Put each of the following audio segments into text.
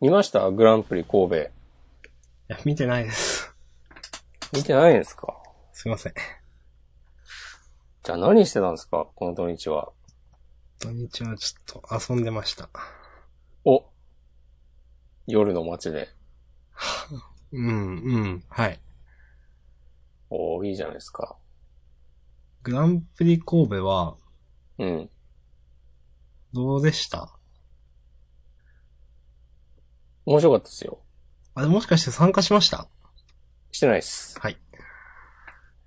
見ましたグランプリ神戸。いや、見てないです。 見てないんですかすいません。じゃあ何してたんですかこの土日は。土日はちょっと遊んでました。お夜の街で。うん、うん、はい。おーいいじゃないですか。グランプリ神戸は、うん。どうでした面白かったですよ。あれもしかして参加しましたしてないっす。はい。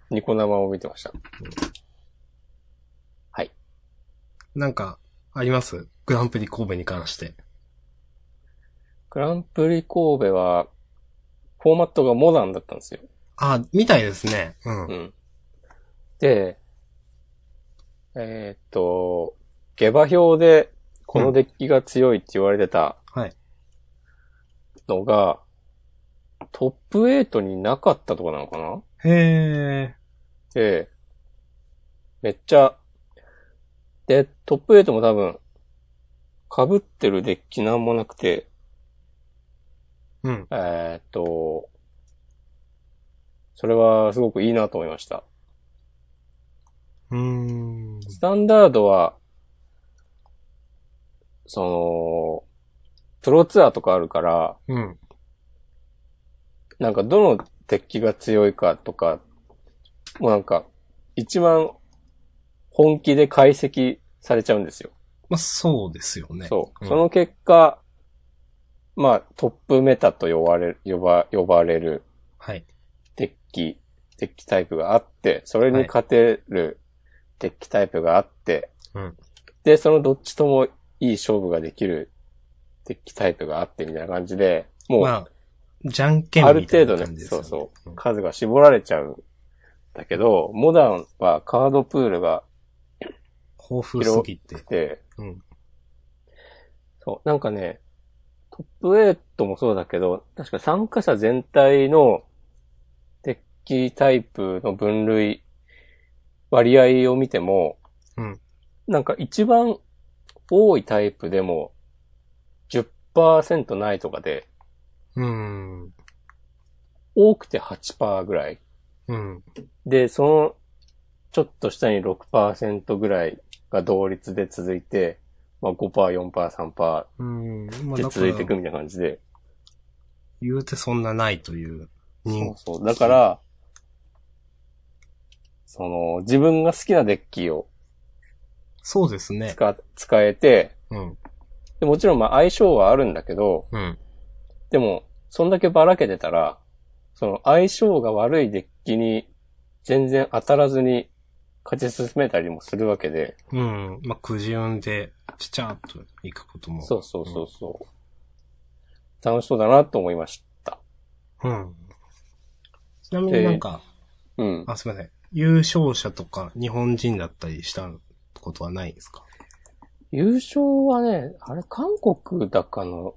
ニコ生を見てました。なんか、ありますグランプリ神戸に関して。グランプリ神戸は、フォーマットがモダンだったんですよ。あ、みたいですね。うん。うん。で、えーっと、下馬評でこのデッキが強いって言われてたうんはいのが、トップ8になかったとかなのかなへで、めっちゃ、で、トップ8も多分、被ってるデッキなんもなくて、ー。うん。えーっと、それはすごくいいなと思いました。うーん。スタンダードは、その、プロツアーとかあるから、うん。なんかどの敵が強いかとか、もうなんか、一番本気で解析されちゃうんですよ。まあ、そうですよね。そう。うんその結果、まあ、トップメタと呼ばれる、呼ば、呼ばれるはい。デッキ、デッキタイプがあって、それに勝てるデッキタイプがあって、うんで、そのどっちともいい勝負ができるデッキタイプがあってみたいな感じで、もう、まあ、じゃんけんあるみた程い度なね感じ、ですそようね。そう、うん数が絞られちゃうんだけど、モダンはカードプールが豊富すぎて来。て、うんそう、なんかね、トップ8もそうだけど、確か参加者全体のデッキタイプの分類、割合を見ても、うんなんか一番多いタイプでも10%ないとかで、うん。多くて8%ぐらい。うん。で、その、ちょっと下に6%ぐらいが同率で続いて、まあ5%、4%、3%うん。まあ、でだか続いていくら、みたいな感じで。言うてそんなないという。そう人そう。だから、その、自分が好きなデッキをそうですね。使、使えて、うん。でもちろんまあ相性はあるんだけど、うん。でも、そんだけばらけてたら、その相性が悪いデッキに全然当たらずに勝ち進めたりもするわけで、うん。まあ、くじ運で、ちちゃーっと行くことも。そうそうそうそう。楽しそうだなと思いました。うん。ちなみになんか、うん。あ、すみません。優勝者とか日本人だったりしたことはないですか優勝はね、あれ韓国だかの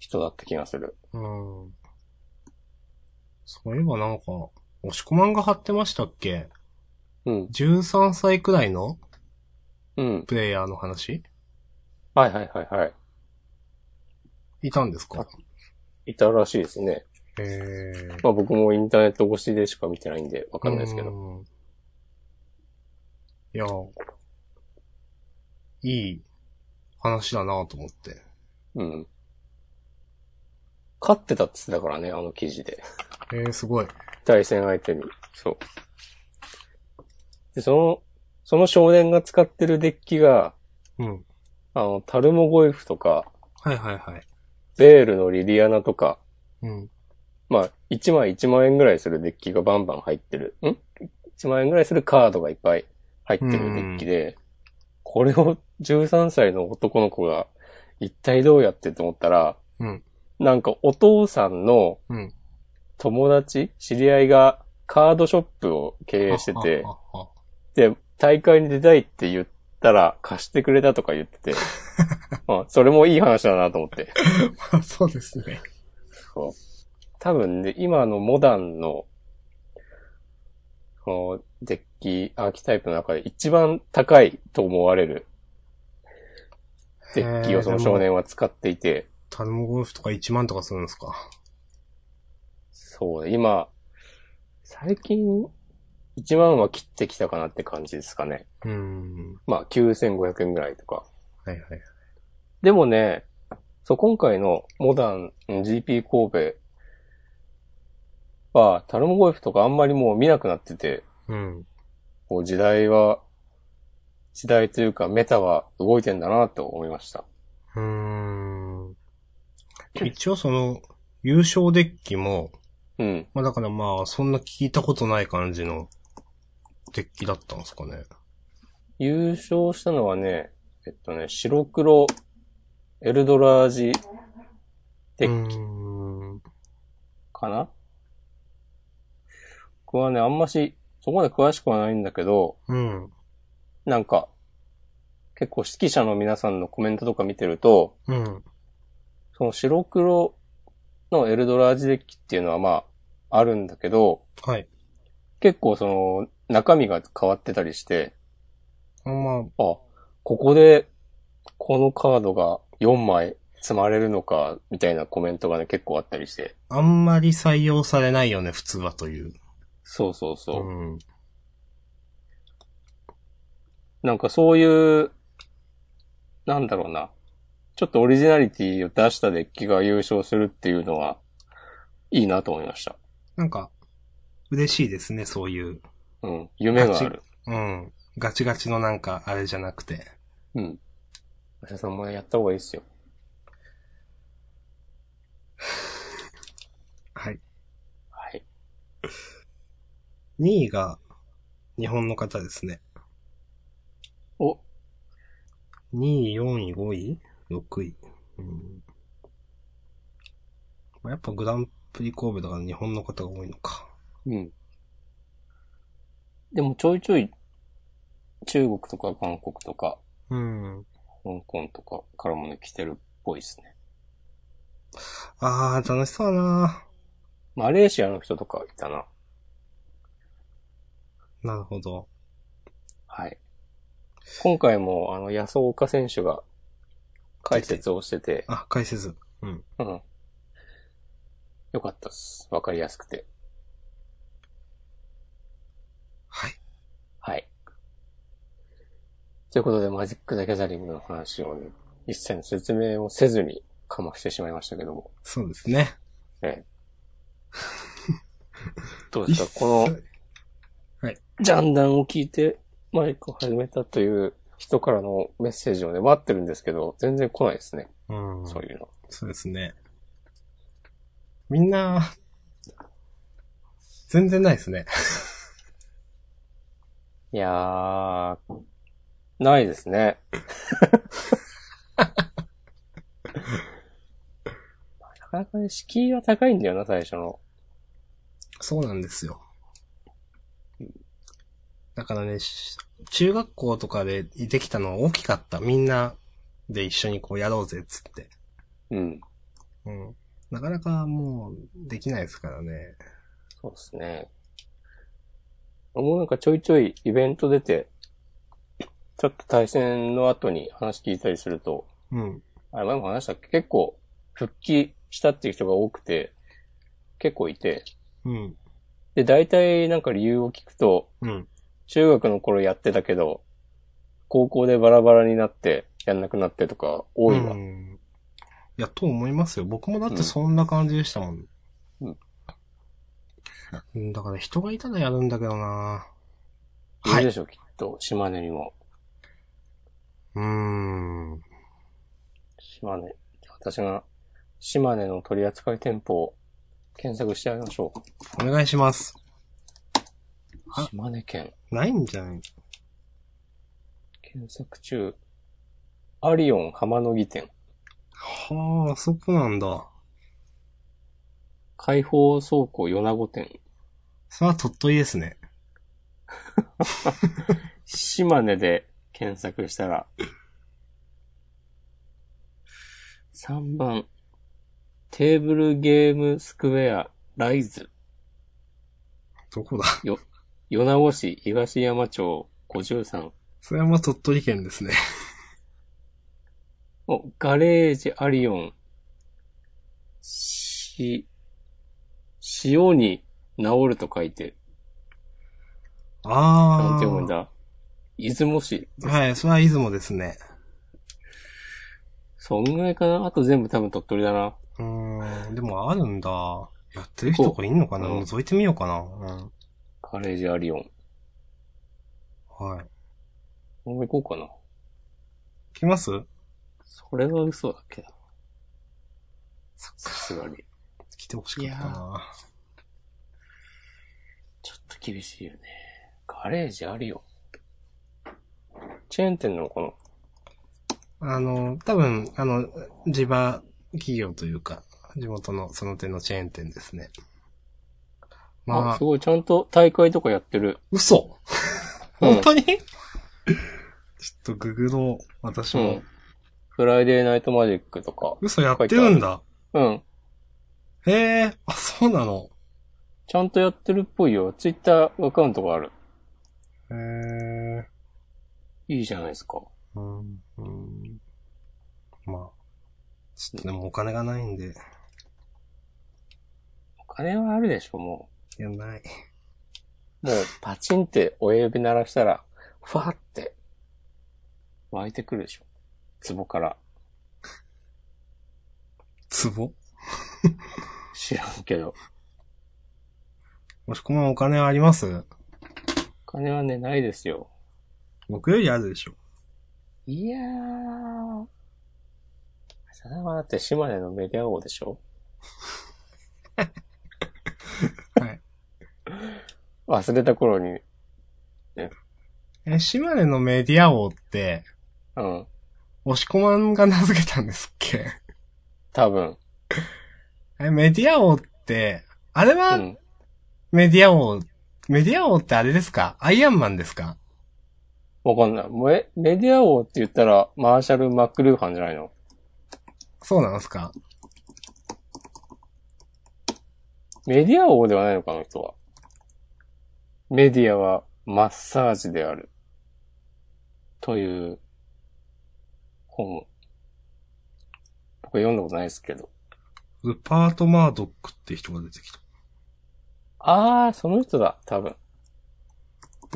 人だった気がする。うん。そういえばなんか、押し込まんが貼ってましたっけうん。 ?13 歳くらいのうん。プレイヤーの話はいはいはいはい。いたんですかいたらしいですね。へえ。まあ僕もインターネット越しでしか見てないんで、わかんないですけど。うん。いや、いい話だなと思って。うん。勝ってたって言ってたからね、あの記事で。えー、すごい。対戦相手に。そう。で、その、その少年が使ってるデッキが、うん。あの、タルモゴイフとか、はいはいはい。ベールのリリアナとか、うん。まあ、1枚1万円ぐらいするデッキがバンバン入ってる。ん ?1 万円ぐらいするカードがいっぱい入ってるデッキで、これを13歳の男の子が一体どうやってと思ったら、うんなんかお父さんのうん友達、知り合いがカードショップを経営しててあ、あああで、大会に出たいって言ったら貸してくれたとか言って て、あそれもいい話だなと思って。まあ そうですね。そう。多分ね、今のモダンの、このデッキ、アーキタイプの中で一番高いと思われるデッキをその少へー。で年もは使っていて、タルモゴルフとか1万とかするんですか。そうね、今、最近、1万は切ってきたかなって感じですかね。うーん。まあ、9500円ぐらいとか。はいはい。でもね、そう、今回のモダン GP 神戸は、タルモゴイフとかあんまりもう見なくなってて、うん。こう時代は、時代というかメタは動いてんだなと思いました。うーん。一応その、優勝デッキも、うん。まあだからまあ、そんな聞いたことない感じのデッキだったんですかね。優勝したのはね、えっとね、白黒エルドラージデッキうーん。かな僕はね、あんまし、そこまで詳しくはないんだけど、うん。なんか、結構指揮者の皆さんのコメントとか見てると、うん。その白黒のエルドラージデッキっていうのはまあ、あるんだけど、はい。結構その、中身が変わってたりして、あまあ、あ、ここで、このカードが4枚積まれるのか、みたいなコメントがね、結構あったりして。あんまり採用されないよね、普通はという。そうそうそう。うん。なんかそういう、なんだろうな。ちょっとオリジナリティを出したデッキが優勝するっていうのは、いいなと思いました。なんか、嬉しいですね、そういう。うん。夢がある。うん。ガチガチのなんか、あれじゃなくて。うん。お社さんもやった方がいいですよ。はい。はい。 2位が、日本の方ですね。お、 2位、4位、5位、6位。うん。まあやっぱグランプリ神戸だから日本の方が多いのか。うん。でもちょいちょい、中国とか韓国とか、うん。香港とかからもね、来てるっぽいですね。あー、楽しそうだなマレーシアの人とかいたな。なるほど。はい。今回も、あの、安岡選手が解説をしてて、あ、解説。うん。うん。よかったっす。わかりやすくて。はい。はい。ということで、マジック・ザ・ギャザリングの話をね、一切説明をせずにかましてしまいましたけども。そうですね。どうですかこの、ジャンダンを聞いて、マイクを始めたという人からのメッセージをね、待ってるんですけど、全然来ないですね。の、うん。そういうの。そうですね。みんな、全然ないですね。いやー、ないですね。 なかなかね、敷居が高いんだよな、最初の。そうなんですよ。だからね、し中学校とかでできたのは大きかった。みんなで一緒にこうやろうぜっつって。うん。うん。なかなかもうできないですからね。そうですね。もうなんかちょいちょいイベント出て、ちょっと対戦の後に話聞いたりすると、うん。あれ前も話したっけ結構復帰したっていう人が多くて、結構いて、うん。で、大体なんか理由を聞くと、うん。中学の頃やってたけど、高校でバラバラになって、やんなくなってとか多いな。うん。いや、と思いますよ。僕もだってそんな感じでしたもん。うんうん。だから人がいたらやるんだけどないるでしょ、きっと。島根にも。うーん。島根。私が、島根の取り扱い店舗を検索してあげましょう。お願いします。あ島根県。ないんじゃない検索中。アリオン浜野木店。はあ、そこなんだ。開放倉庫米子店。それは鳥取ですね。島根で検索したら、3番、テーブルゲームスクエアライズ、どこだ米子市東山町53、それはまあ鳥取県ですね。おガレージアリオンし、塩に治ると書いて、なんあて読むんー。だ。出雲市。はい、それは出雲ですね。そんぐらいかなあと全部多分鳥取だな。うーん、でもあるんだ。やってる人とかいんのかなうん覗いてみようかな。うん。カレージアリオン。はい。もう行こうかな。来ますそれは嘘だっけな。そっさすがに。来てほしかったいやな。ちょっと厳しいよね。ガレージあるよ。チェーン店なのかなあの、多分、あの、地場企業というか、地元のその点のチェーン店ですね。あまあす、ごい、ちゃんと大会とかやってる。嘘うん本当にちょっとググろう、私うもん。。フライデーナイトマジックとか。嘘やってるんだ。うん。へえ、あ、そうなの。ちゃんとやってるっぽいよ。ツイッターアカウントがある。へえ、いいじゃないですか。うん、うん。まあ、ちょっとでもお金がないんで、お金はあるでしょ、もいや、ない。う。もう、パチンって親指鳴らしたら、ふわって、湧いてくるでしょ。壺から。ツボ知らんけど。もしこまんお金はありますお金はね、ないですよ。僕よりあるでしょ。いやー。それはだって島根のメディア王でしょはい。忘れた頃に、え、島根のメディア王って、うん、押し込まんが名付けたんですっけ 多分、え、メディア王って、あれうはん。メディア王、メディア王ってあれですかアイアンマンですかわかんない。もうえ、メディア王って言ったら、マーシャル・マックルーハンじゃないのそうなんですかメディア王ではないのか、あの人は。メディアはマッサージである。という本。僕は読んだことないですけど。ルパート・マードックって人が出てきた。あー、その人だ、多分。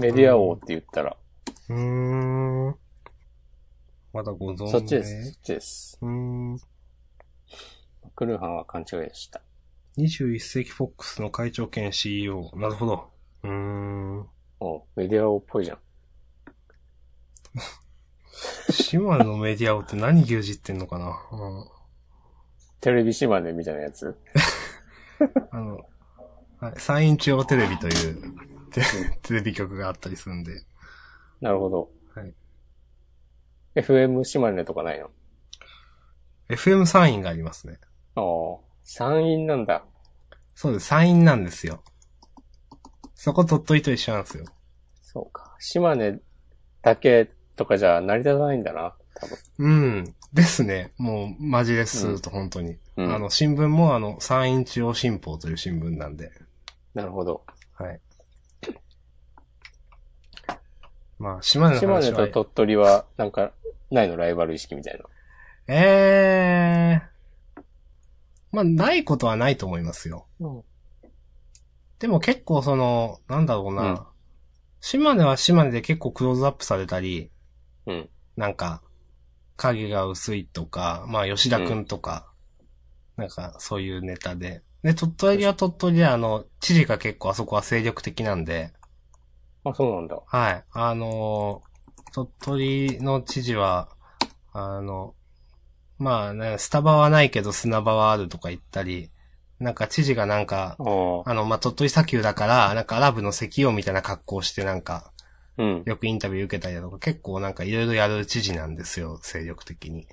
メディア王って言ったら、うーん。まだご存知そっちです、そっちです。うーん。マックルーハンは勘違いでした。 21世紀フォックスの会長兼 CEO。なるほど。うーん。おうメディア王っぽいじゃん。島根のメディア王って何牛耳ってんのかなうん。テレビ島根みたいなやつ。あの、はい、山陰中央テレビという テテレビ局があったりするんで。なるほど。はい。 FM 島根とかないの FM 山陰がありますね。ああ、山陰なんだ。そうです。山陰なんですよ。そこ鳥取と一緒なんですよ。そうか。島根だけとかじゃ成り立たないんだな。多分。うん。ですね。もう、マジですうんると本当に。うんあの、新聞もあの、山陰中央新報という新聞なんで。なるほど。はい。まあ、島根の島話根はと。鳥取は、なんか、ないのライバル意識みたいな。ええまあ、ないことはないと思いますよ。うん。でも結構その、なんだろうな、うん島根は島根で結構クローズアップされたり、うん。なんか、影が薄いとか、まあ吉田くんとか、なんかそういうネタで。で、鳥取は鳥取であの、知事が結構あそこは精力的なんで、あ、そうなんだ。はい。あのー鳥取の知事は、あの、まあね、スタバはないけど砂場はあるとか言ったり、なんか知事がなんかあ、あ。あの、まあ、鳥取砂丘だから、なんかアラブの石油王みたいな格好してなんか、うん。よくインタビュー受けたりだとか、結構なんかいろいろやる知事なんですよ、精力的に。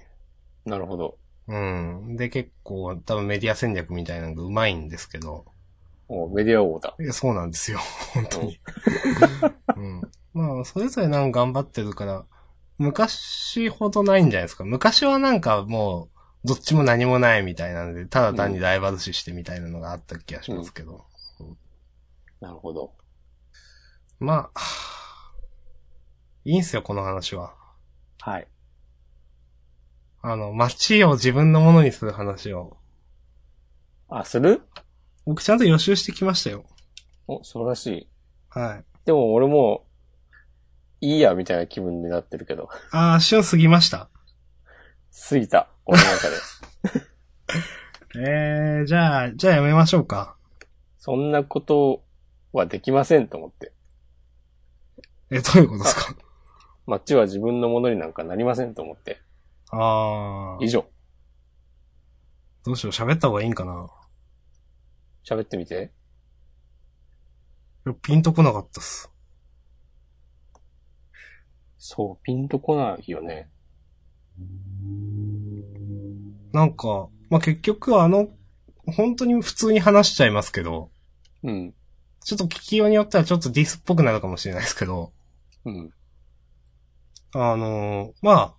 なるほど。うん。で、結構多分メディア戦略みたいなのがうまいんですけど、おメディア王だ。いや、そうなんですよ、 本当に。うん。まあ、それぞれなんか頑張ってるから、昔ほどないんじゃないですか。昔はなんかもう、どっちも何もないみたいなんで、ただ単にライバル視してみたいなのがあった気がしますけど。なるほど。まあ、はあいいんすよ、この話は。はい。あの、街を自分のものにする話を、あ、する僕ちゃんと予習してきましたよ。お、素晴らしい。はい。でも俺も、いいや、みたいな気分になってるけど。 あー、旬過ぎました。過ぎた、俺の中で。 えー、じゃあ、じゃあやめましょうか。そんなことはできませんと思って。え、どういうことですか街は自分のものになんかなりませんと思って。あー以、上。どうしよう、喋った方がいいんかな。喋ってみて。いやピンとこなかったっす。そう、ピンとこないよね。なんか、まあ、結局あの、本当に普通に話しちゃいますけど、うん。ちょっと聞きようによってはちょっとディスっぽくなるかもしれないですけど、うん。あのーま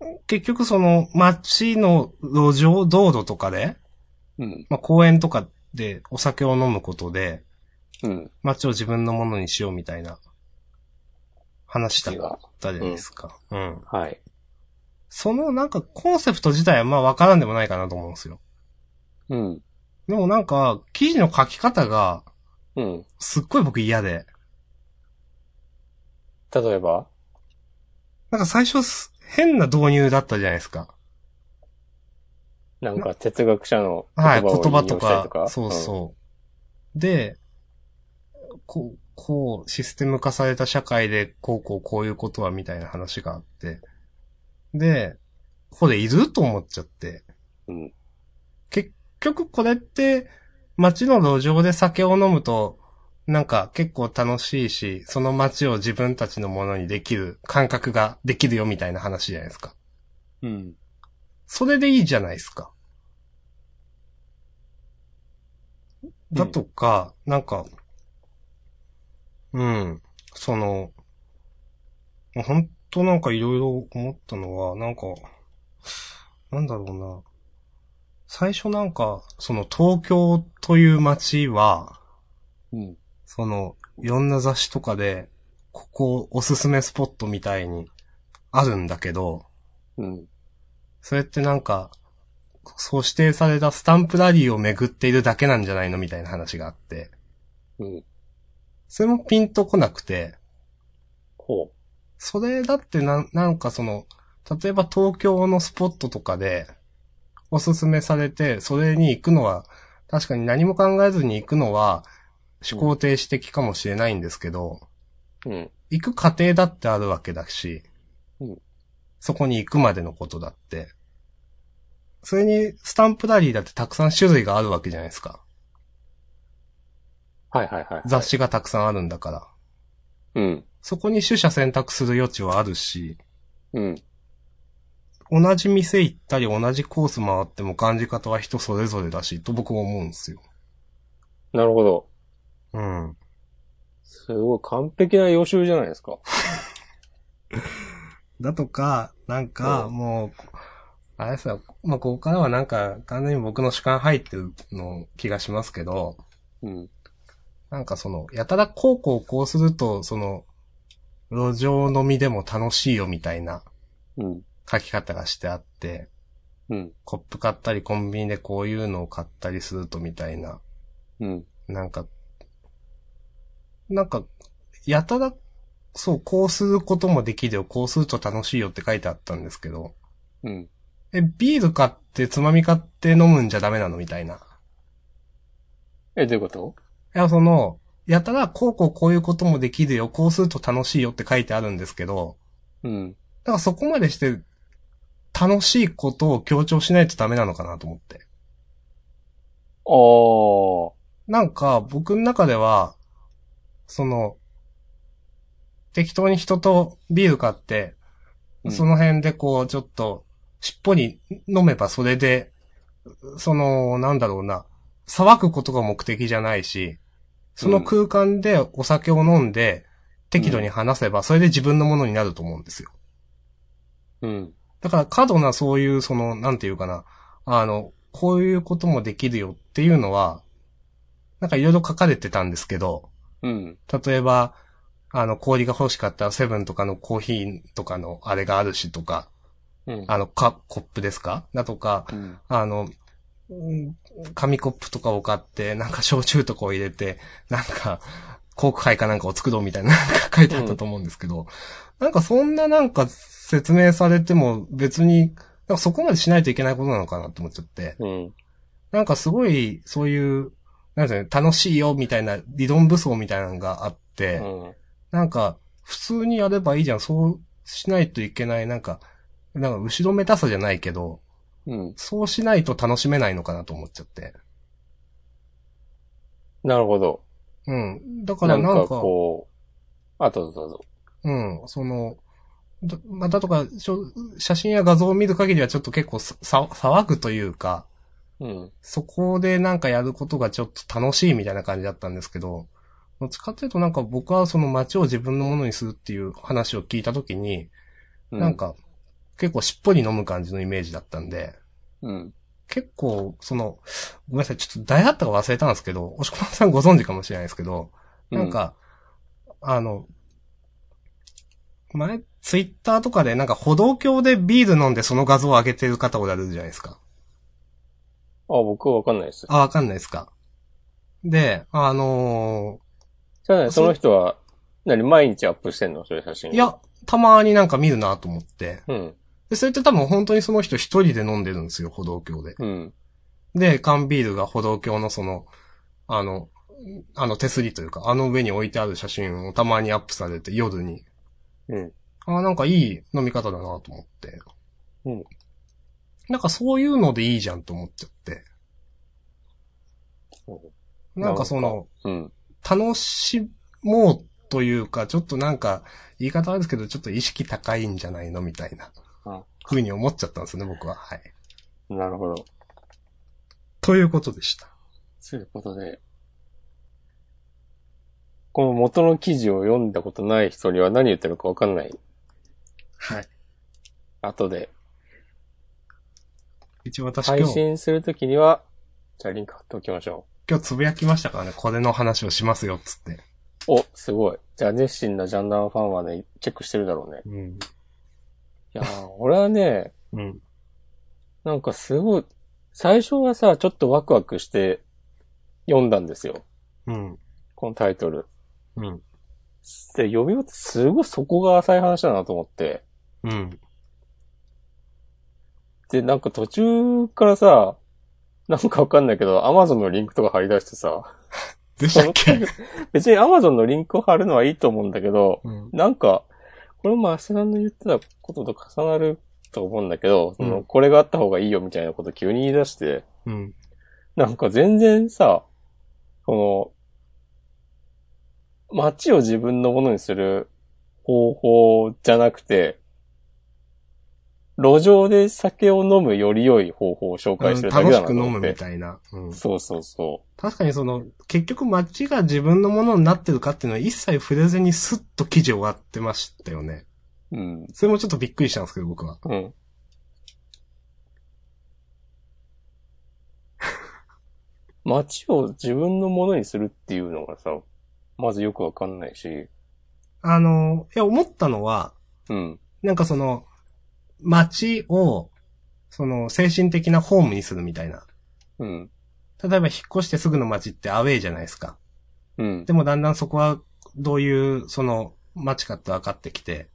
あ、結局その街の路上、道路とかで、うん。まあ、公園とかでお酒を飲むことで、うん。街を自分のものにしようみたいな話だ違っう。たじゃないですか。うん。はい。そのなんかコンセプト自体はまあわからんでもないかなと思うんですよ。うん。でもなんか、記事の書き方が、うん。すっごい僕嫌で。例えばなんか最初す、変な導入だったじゃないですか。なんか哲学者の言はい、葉言を引葉用しとたりか。とか。。そうんそう。で、こう、こう、システム化された社会で、こうこうこういうことはみたいな話があって。で、これいると思っちゃって。うん結局これって、街の路上で酒を飲むと、なんか結構楽しいし、その街を自分たちのものにできる感覚ができるよみたいな話じゃないですか。うん。それでいいじゃないですか。うんだとか、なんか、うん、その、本当なんかいろいろ思ったのは、なんか、なんだろうな。最初なんか、その東京という街は、うん。その、いろんな雑誌とかで、ここおすすめスポットみたいにあるんだけど、うん。それってなんか、そう指定されたスタンプラリーを巡っているだけなんじゃないのみたいな話があって。うん。それもピンとこなくて、ほそれだってな、なんかその、例えば東京のスポットとかで、おすすめされて、それに行くのは、確かに何も考えずに行くのは、思考停止的かもしれないんですけど、う。うん。行く過程だってあるわけだし、うんそこに行くまでのことだって。それに、スタンプラリーだってたくさん種類があるわけじゃないですか。はいはいはい。雑誌がたくさんあるんだから。うん。そこに取捨選択する余地はあるし、うん。同じ店行ったり同じコース回っても感じ方は人それぞれだし、と僕は思うんですよ。なるほど。うん。すごい完璧な予習じゃないですか。だとか、なんか、うんもう、あれですよ。まあ、ここからはなんか、完全に僕の主観入ってるの気がしますけど、うん。なんかその、やたらこうこうこうすると、その、路上飲みでも楽しいよみたいなうん。書き方がしてあって、うん。コップ買ったりコンビニでこういうのを買ったりするとみたいな、うん。なんか、なんか、やたら、そう、こうすることもできるよ、こうすると楽しいよって書いてあったんですけど、うん。え、ビール買ってつまみ買って飲むんじゃダメなのみたいな。え、どういうこといや、その、やたらこうこうこういうこともできるよ、こうすると楽しいよって書いてあるんですけど、うん。だからそこまでして、楽しいことを強調しないとダメなのかなと思って。あー。なんか、僕の中では、その、適当に人とビール買って、うんその辺でこう、ちょっと、しっぽり飲めばそれで、その、なんだろうな、騒ぐことが目的じゃないし、その空間でお酒を飲んで、適度に話せば、それで自分のものになると思うんですよ。うん。だから過度なそういう、その、なんていうかな、あの、こういうこともできるよっていうのは、なんかいろいろ書かれてたんですけど、うん。例えば、あの、氷が欲しかったらセブンとかのコーヒーとかのあれがあるしとか、うん。あの、カコップですかだとか、うん。あの、うん紙コップとかを買って、なんか焼酎とかを入れて、なんか、航空杯かなんかを作ろうみたいな、なんか書いてあったと思うんですけど、なんかそんななんか説明されても別に、なんかそこまでしないといけないことなのかなって思っちゃって、うん。なんかすごい、そういう、なんていうの、楽しいよみたいな理論武装みたいなのがあって、うん。なんか、普通にやればいいじゃん。そうしないといけない、なんか、なんか、後ろめたさじゃないけど、うん。そうしないと楽しめないのかなと思っちゃって。なるほど。うん。だかならんなんか、かこう、あ、どうぞどうぞ。うん、その、どまたとか、しょ写真や画像を見る限りはちょっと結構ささ騒ぐというか、うん。そこでなんかやることがちょっと楽しいみたいな感じだったんですけど、どっちかっていうとなんか僕はその街を自分のものにするっていう話を聞いたときに、うなん。か結構しっぽり飲む感じのイメージだったんで、うん。結構、その、ごめんなさい、ちょっと誰だったか忘れたんですけど、押し込まさんご存知かもしれないですけど、うなん、か、あの、前、ツイッターとかでなんか歩道橋でビール飲んでその画像を上げてる方おられるじゃないですか。あ、僕わかんないです。あ、わかんないですか。で、あのじゃあね、その人は、何、毎日アップしてんのそれ写真。ーい。や、たまになんか見るなと思って。うん。で、それって多分本当にその人一人で飲んでるんですよ、歩道橋で。うん。で、缶ビールが歩道橋のその、あの、あの手すりというか、あの上に置いてある写真をたまにアップされて、夜に。うん。ああ、なんかいい飲み方だなと思って。うん。なんかそういうのでいいじゃんと思っちゃって。なんかその、うん。楽しもうというか、ちょっとなんか、言い方あるんですけど、ちょっと意識高いんじゃないのみたいなうん、ふうに思っちゃったんですよね、僕は。はい。なるほど。ということでした。そういうことで、この元の記事を読んだことない人には何言ってるかわかんない。はい。後で、一応私配今日、信するときには、じゃあリンク貼っておきましょ今日つぶやきましたからね、これの話をしますよ、っつって。う。お、すごい。じゃあ熱心なジャンダンファンはね、チェックしてるだろうね。うん。いや ー、俺はね、うん。なんかすごい、最初はさ、ちょっとワクワクして読んだんですよ。うん。このタイトル。うん。で、読み終わってすごいそこが浅い話だなと思って。うん。で、なんか途中からさ、なんかわかんないけど、Amazon のリンクとか貼り出してさ、でしたっけ別に Amazon のリンクを貼るのはいいと思うんだけど、うん。なんか、これもアセナの言ってたことと重なると思うんだけど、そのうんこれがあった方がいいよみたいなこと急に言い出して、うん。なんか全然さ、この、街を自分のものにする方法じゃなくて、路上で酒を飲むより良い方法を紹介してるだけ楽だしなくと飲思むって。みたいな。うんそうそうそ確かにその、結局街が自分のものになってるかっていうのは一切触れずにスッと記事終わってましたよね。う。うん。それもちょっとびっくりしたんですけど、僕は。うん。 街を自分のものにするっていうのがさ、まずよくわかんないし、あの、いや、思ったのは、うん。なんかその、街を、その、精神的なホームにするみたいな。うん。例えば引っ越してすぐの街ってアウェイじゃないですか。うん。でもだんだんそこは、どういう、その、街かって分かってきて、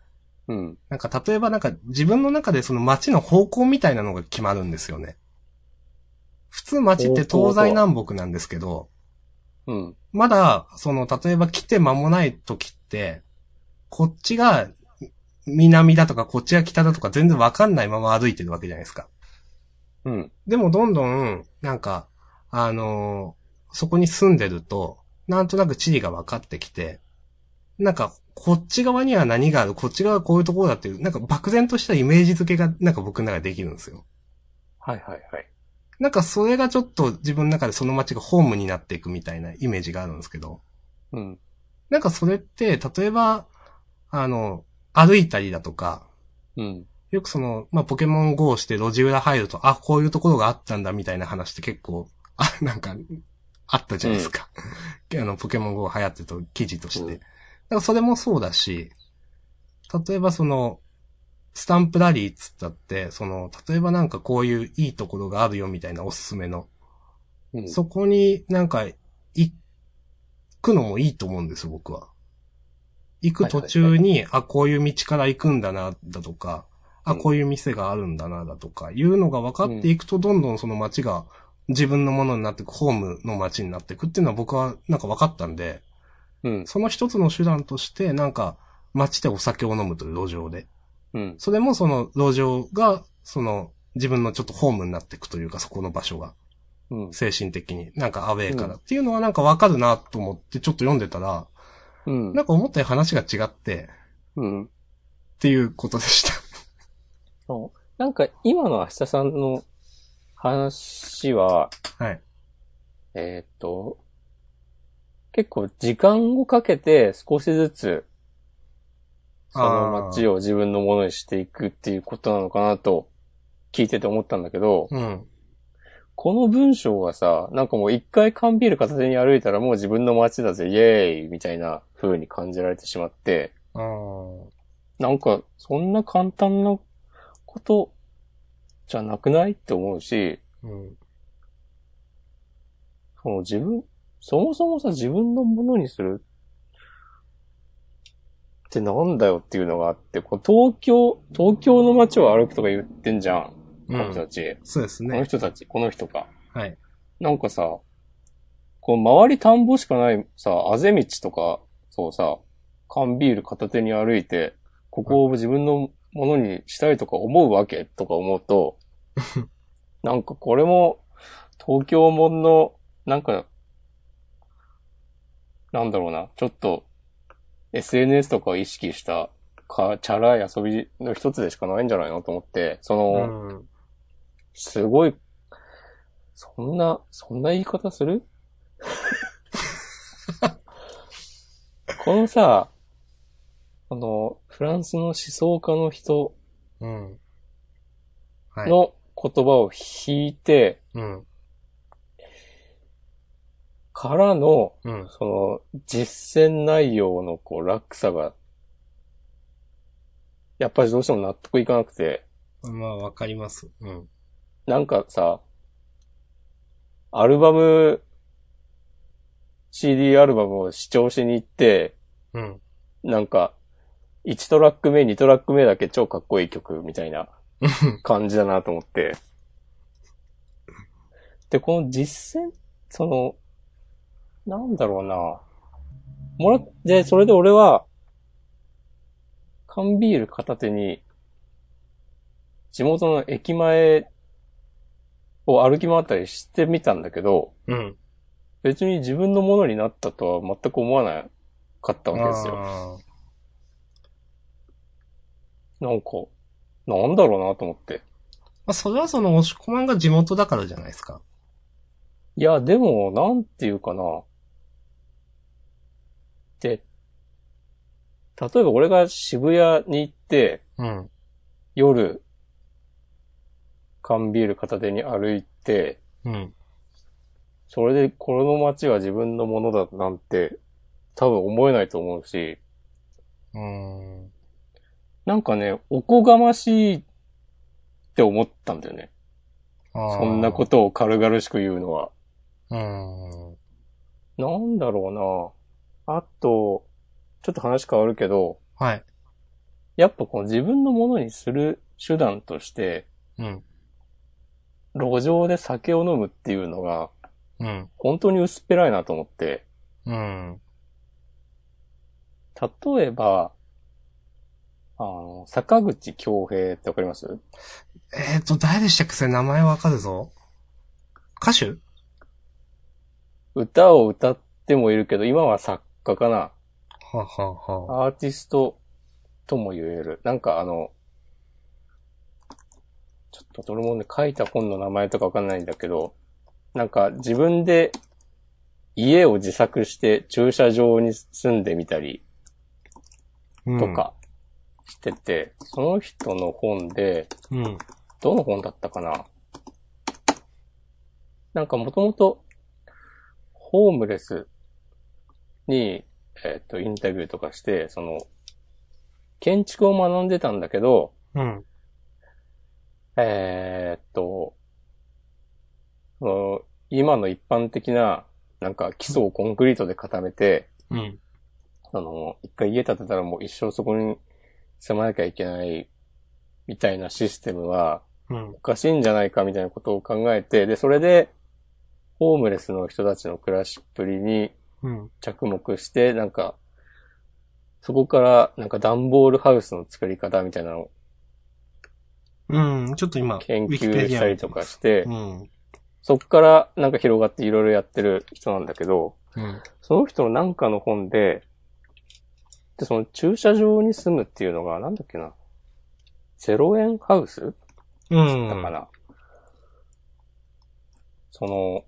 うん。なんか例えばなんか自分の中でその街の方向みたいなのが決まるんですよね。普通街って東西南北なんですけど、うん。まだ、その、例えば来て間もない時って、こっちが南だとかこっちが北だとか全然わかんないまま歩いてるわけじゃないですか。うん。でもどんどん、なんか、あのーそこに住んでると、なんとなく地理が分かってきて、なんか、こっち側には何がある、こっち側はこういうところだっていう、なんか漠然としたイメージ付けが、なんか僕の中でできるんですよ。はいはいはい。なんかそれがちょっと自分の中でその街がホームになっていくみたいなイメージがあるんですけど、うん。なんかそれって、例えば、あの、歩いたりだとか、うん。よくその、まあ、ポケモン GO して路地裏入ると、あ、こういうところがあったんだみたいな話って結構、あ、なんか、あったじゃないですか。あの、ポケモン GO 流行ってと記事として。うんだからそれもそうだし、例えばその、スタンプラリーっつったって、その、例えばなんかこういういいところがあるよみたいなおすすめの。うんそこになんか、行くのもいいと思うんです、僕は。行く途中に、あ、こういう道から行くんだな、だとか、あ、うんこういう店があるんだな、だとか、いうのが分かっていくと、どんどんその街が自分のものになっていく、ホームの街になっていくっていうのは僕はなんか分かったんで、うん。その一つの手段として、なんか、街でお酒を飲むという路上で。うん。それもその路上が、その自分のちょっとホームになっていくというか、そこの場所が、うん。精神的に、なんかアウェーから、うんっていうのはなんかわかるなと思ってちょっと読んでたら、うんなんか思ったより話が違って、うん。っていうことでした。そう。なんか、今の明日さんの話は、 はい。えーっと、結構時間をかけて少しずつ、その街を自分のものにしていくっていうことなのかなと、聞いてて思ったんだけど、うん。この文章がさ、なんかもう一回缶ビール片手に歩いたらもう自分の街だぜ、イエーイみたいな風に感じられてしまって、あーなんかそんな簡単なことじゃなくないって思うし、うん。その自分、そもそもさ自分のものにするってなんだよっていうのがあって、こう東京、東京の街を歩くとか言ってんじゃん、こうの人ん。たち。そうですこのね。人たち、この人か。はい。なんかさ、こう周り田んぼしかないさ、あぜ道とか、そうさ、缶ビール片手に歩いて、ここを自分のものにしたいとか思うわけとか思うと、 なんかこれも、東京もんの、なんか、なんだろうな、ちょっと、SNS とかを意識した、か、チャラい遊びの一つでしかないんじゃないのと思って、その、うん。すごい、そんな、そんな言い方す るこのさ、あの、フランスの思想家の人うん。はい。の言葉を引いてうん。からの、うん。その、実践内容のこう、落差が、やっぱりどうしても納得いかなくて、まあ、わかります。うん。なんかさ、アルバム、CD アルバムを視聴しに行って、うん。なんか、1トラック目、2トラック目だけ超かっこいい曲みたいな感じだなと思って。で、この実践、その、なんだろうな。もらって、それで俺は、缶ビール片手に、地元の駅前を歩き回ったりしてみたんだけど、うん。別に自分のものになったとは全く思わなかったわけですよ。あーなんか、なんだろうなと思って。まあ、それはその、押し込まんが地元だからじゃないですか。いや、でも、なんていうかな。で、例えば俺が渋谷に行って、うん。夜、缶ビール片手に歩いて、うん。それでこの街は自分のものだなんて、多分思えないと思うし、うん。なんかね、おこがましいって思ったんだよね。そそ。んなこととを軽々しく言うのは。うん。なんだろうなあと、ちょっと話変わるけど、はい。やっぱこの自分のものにする手段として、うん。路上で酒を飲むっていうのが、うん。本当に薄っぺらいなと思って、うん。例えば、あの、坂口京平ってわかりますえっ、と、誰でしたっけそれ名前わかるぞ。歌手歌を歌ってもいるけど、今は作家かなははは。アーティストとも言える。なんかあの、ちょっと俺もね、書いた本の名前とかわかんないんだけど、なんか自分で家を自作して駐車場に住んでみたりうんと。かしてて、その人の本で、うん。どの本だったかななんかもともと、ホームレスに、えっ、と、インタビューとかして、その、建築を学んでたんだけど、うん。えーっと、その今の一般的な、なんか基礎をコンクリートで固めて、うん。あの、一回家建てたらもう一生そこに住まなきゃいけないみたいなシステムはうんお。かしいんじゃないかみたいなことを考えて、で、それで、ホームレスの人たちの暮らしっぷりにうん。着目して、なんか、そこから、なんか段ボールハウスの作り方みたいなのをうん。ちょっと今、研ウィキペデ究ィアしたりとかしてう、ん。そっからなんか広がっていろいろやってる人なんだけど、うん。その人のなんかの本で、で、その駐車場に住むっていうのが、なんだっけな、0円ハウスうん。だから、その、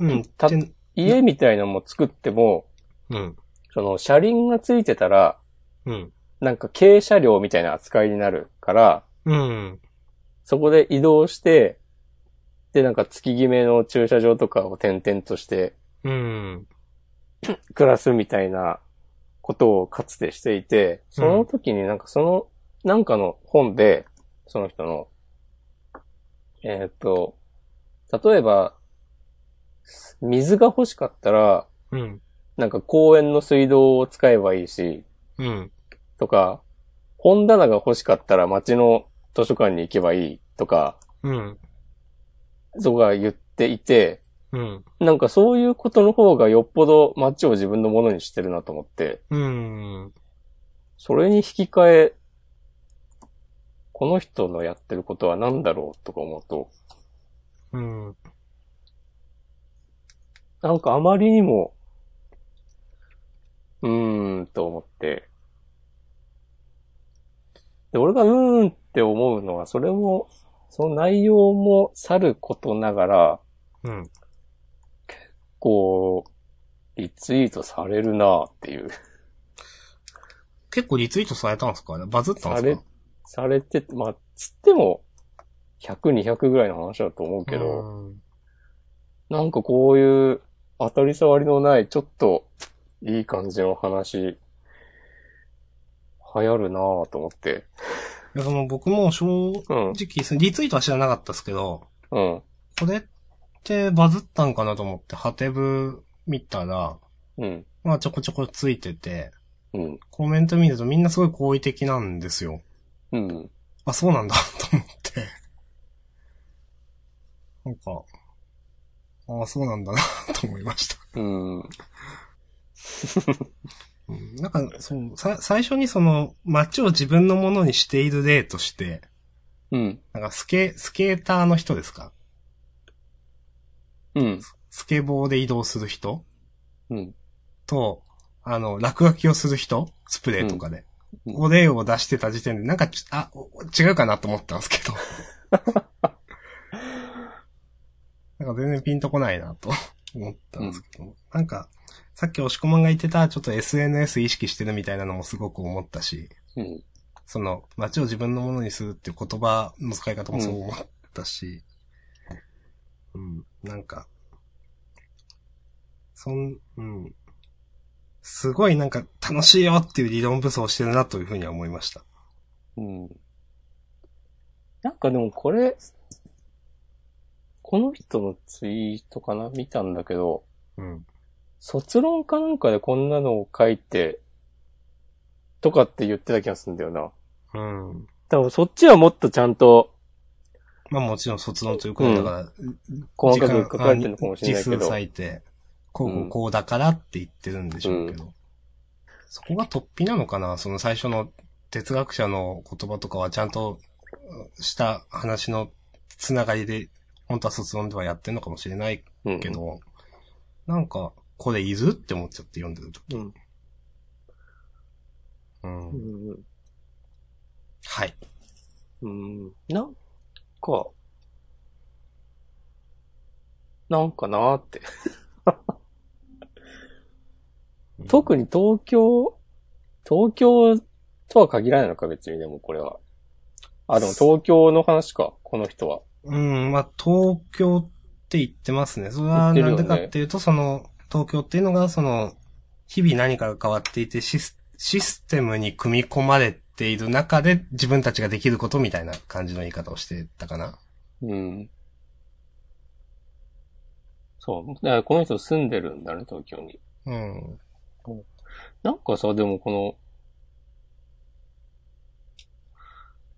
うん。たてん家みたいなのも作っても、うん。その車輪がついてたら、うん。なんか軽車両みたいな扱いになるから、うん。そこで移動して、で、なんか月決めの駐車場とかを転々としてうん。暮らすみたいなことをかつてしていて、その時になんかその、なんかの本で、その人の、えーっと、例えば、水が欲しかったら、うん。なんか公園の水道を使えばいいし、うん。とか、本棚が欲しかったら街の図書館に行けばいいとか、うん。とか言っていて、うん。なんかそういうことの方がよっぽど街を自分のものにしてるなと思って、うん。それに引き換え、この人のやってることは何だろうとか思うと、うん。なんかあまりにも、うーんと思って。で、俺がうーんって思うのは、それも、その内容もさることながら、うん。こう、リツイートされるなっていう。結構リツイートされたんですかあれバズったんさでれすか、されてて、まあ、つっても、100、200ぐらいの話だと思うけど、うんなんかこういう当たり障りのない、ちょっといい感じの話、流行るなぁと思って。いや、その僕も正うん、直、そのリツイートは知らなかったですけど、うん、これってバズったんかなと思って、ハテブ見たら、うん、まあちょこちょこついてて、うん、コメント見るとみんなすごい好意的なんですよ。うん。あ、そうなんだ、 と思って。なんか、ああ、そうなん だな、と思いました。うん、うんなんか、そう、さ、最初にその、街を自分のものにしている例として、うん、なんかスケ、スケーターの人ですかうん、スケボーで移動する人うん、と、あの、落書きをする人スプレーとかで。うんお礼を出してた時点で、なんかち、あ、お違うかなと思ったんですけ ど。なんか全然ピンとこないなと思ったんですけど。なんか、さっき押し込まんが言ってた、ちょっと SNS 意識してるみたいなのもすごく思ったし、うん、その、街を自分のものにするっていう言葉の使い方もそう思ったし、うん、なんか、そん、うん。すごいなんか楽しいよっていう理論武装してるなというふうには思いました。うん。なんかでもこれ、この人のツイートかな見たんだけど、うん。卒論かなんかでこんなのを書いて、とかって言ってた気がするんだよな。うん。多分そっちはもっとちゃんとまあもちろん卒論ということだから、細かく書かれてるのかもしれないけ時数ど。割いて、こうこうこうだからって言ってるんでしょうけど。そこが突飛なのかなその最初の哲学者の言葉とかはちゃんとした話のつながりで、本当は卒論ではやってるのかもしれないうんけど、なんか、これいるって思っちゃって読んでると。うんうん。うんはい。うんなんか、なんかなー って。特に。に東京、東京とは限らないのか別にでもこれは。あ、でも東京の話か、この人は。うん、まあ、東京って言ってますね。それ言はってるなよんねでかっていうと、その、東京っていうのが、その、日々何かが変わっていて、シスシステムに組み込まれっている中で自分たちができることみたいな感じの言い方をしてたかな。うん。そう。だからこの人住んでるんだね、東京に。うん。なんかさ、でもこの、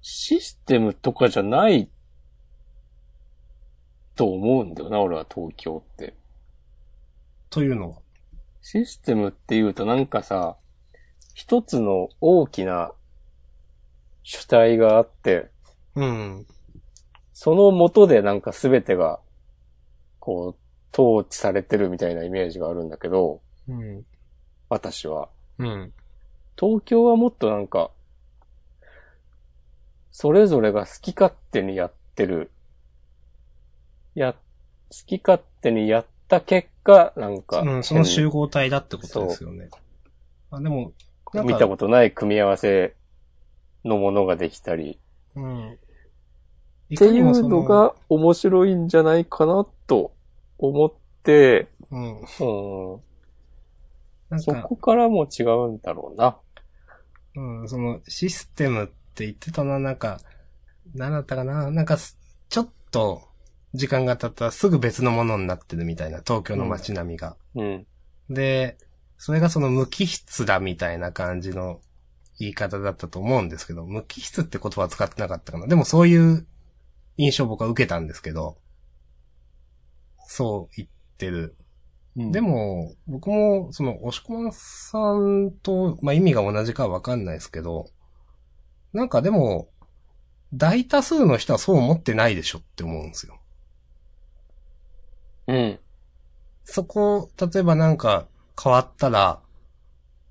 システムとかじゃないと思うんだよな、俺は東京って。というのは。システムって言うとなんかさ、一つの大きな主体があって、うん。その元でなんか全てが、こう、統治されてるみたいなイメージがあるんだけど、うん。私は。うん。東京はもっとなんか、それぞれが好き勝手にやってる。や、好き勝手にやった結果、なんか、うん、その変集合体だってことですよね。あでも、ななん見かた、ことない組み合わせのものができたり。うん。いってかいにもそうのが面白いんじゃないかなと思って、ううん。ん、なんそか、こからも違うんだろうな。うん、そのシステムって言ってたな、なんか、何だったかな、なんかす、ちょっと、時間が経ったらすぐ別のものになってるみたいな、東京の街並みが。うん。で、それがその無機質だみたいな感じの言い方だったと思うんですけど、無機質って言葉は使ってなかったかな。でもそういう印象を僕は受けたんですけど、そう言ってるで、も、僕も、その、押し込まさんと、まあ、意味が同じかはわかんないですけど、なんかでも、大多数の人はそう思ってないでしょって思うんですよ。うん。そこ、例えばなんか変わったら、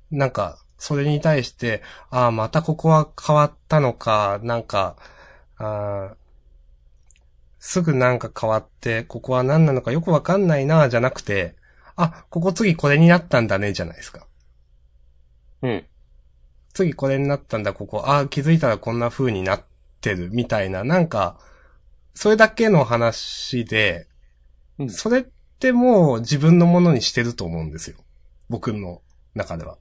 なんか、それに対して、ああ、またここは変わったのか、なんか、あーすぐなんか変わって、ここは何なのかよくわかんないな、じゃなくて、あ、ここ次これになったんだね、じゃないですか。うん。次これになったんだ、ここ、ああ、気づいたらこんな風になってる、みたいな、なんか、それだけの話で、うんそれってもう自分のものにしてると思うんですよ。僕の中では。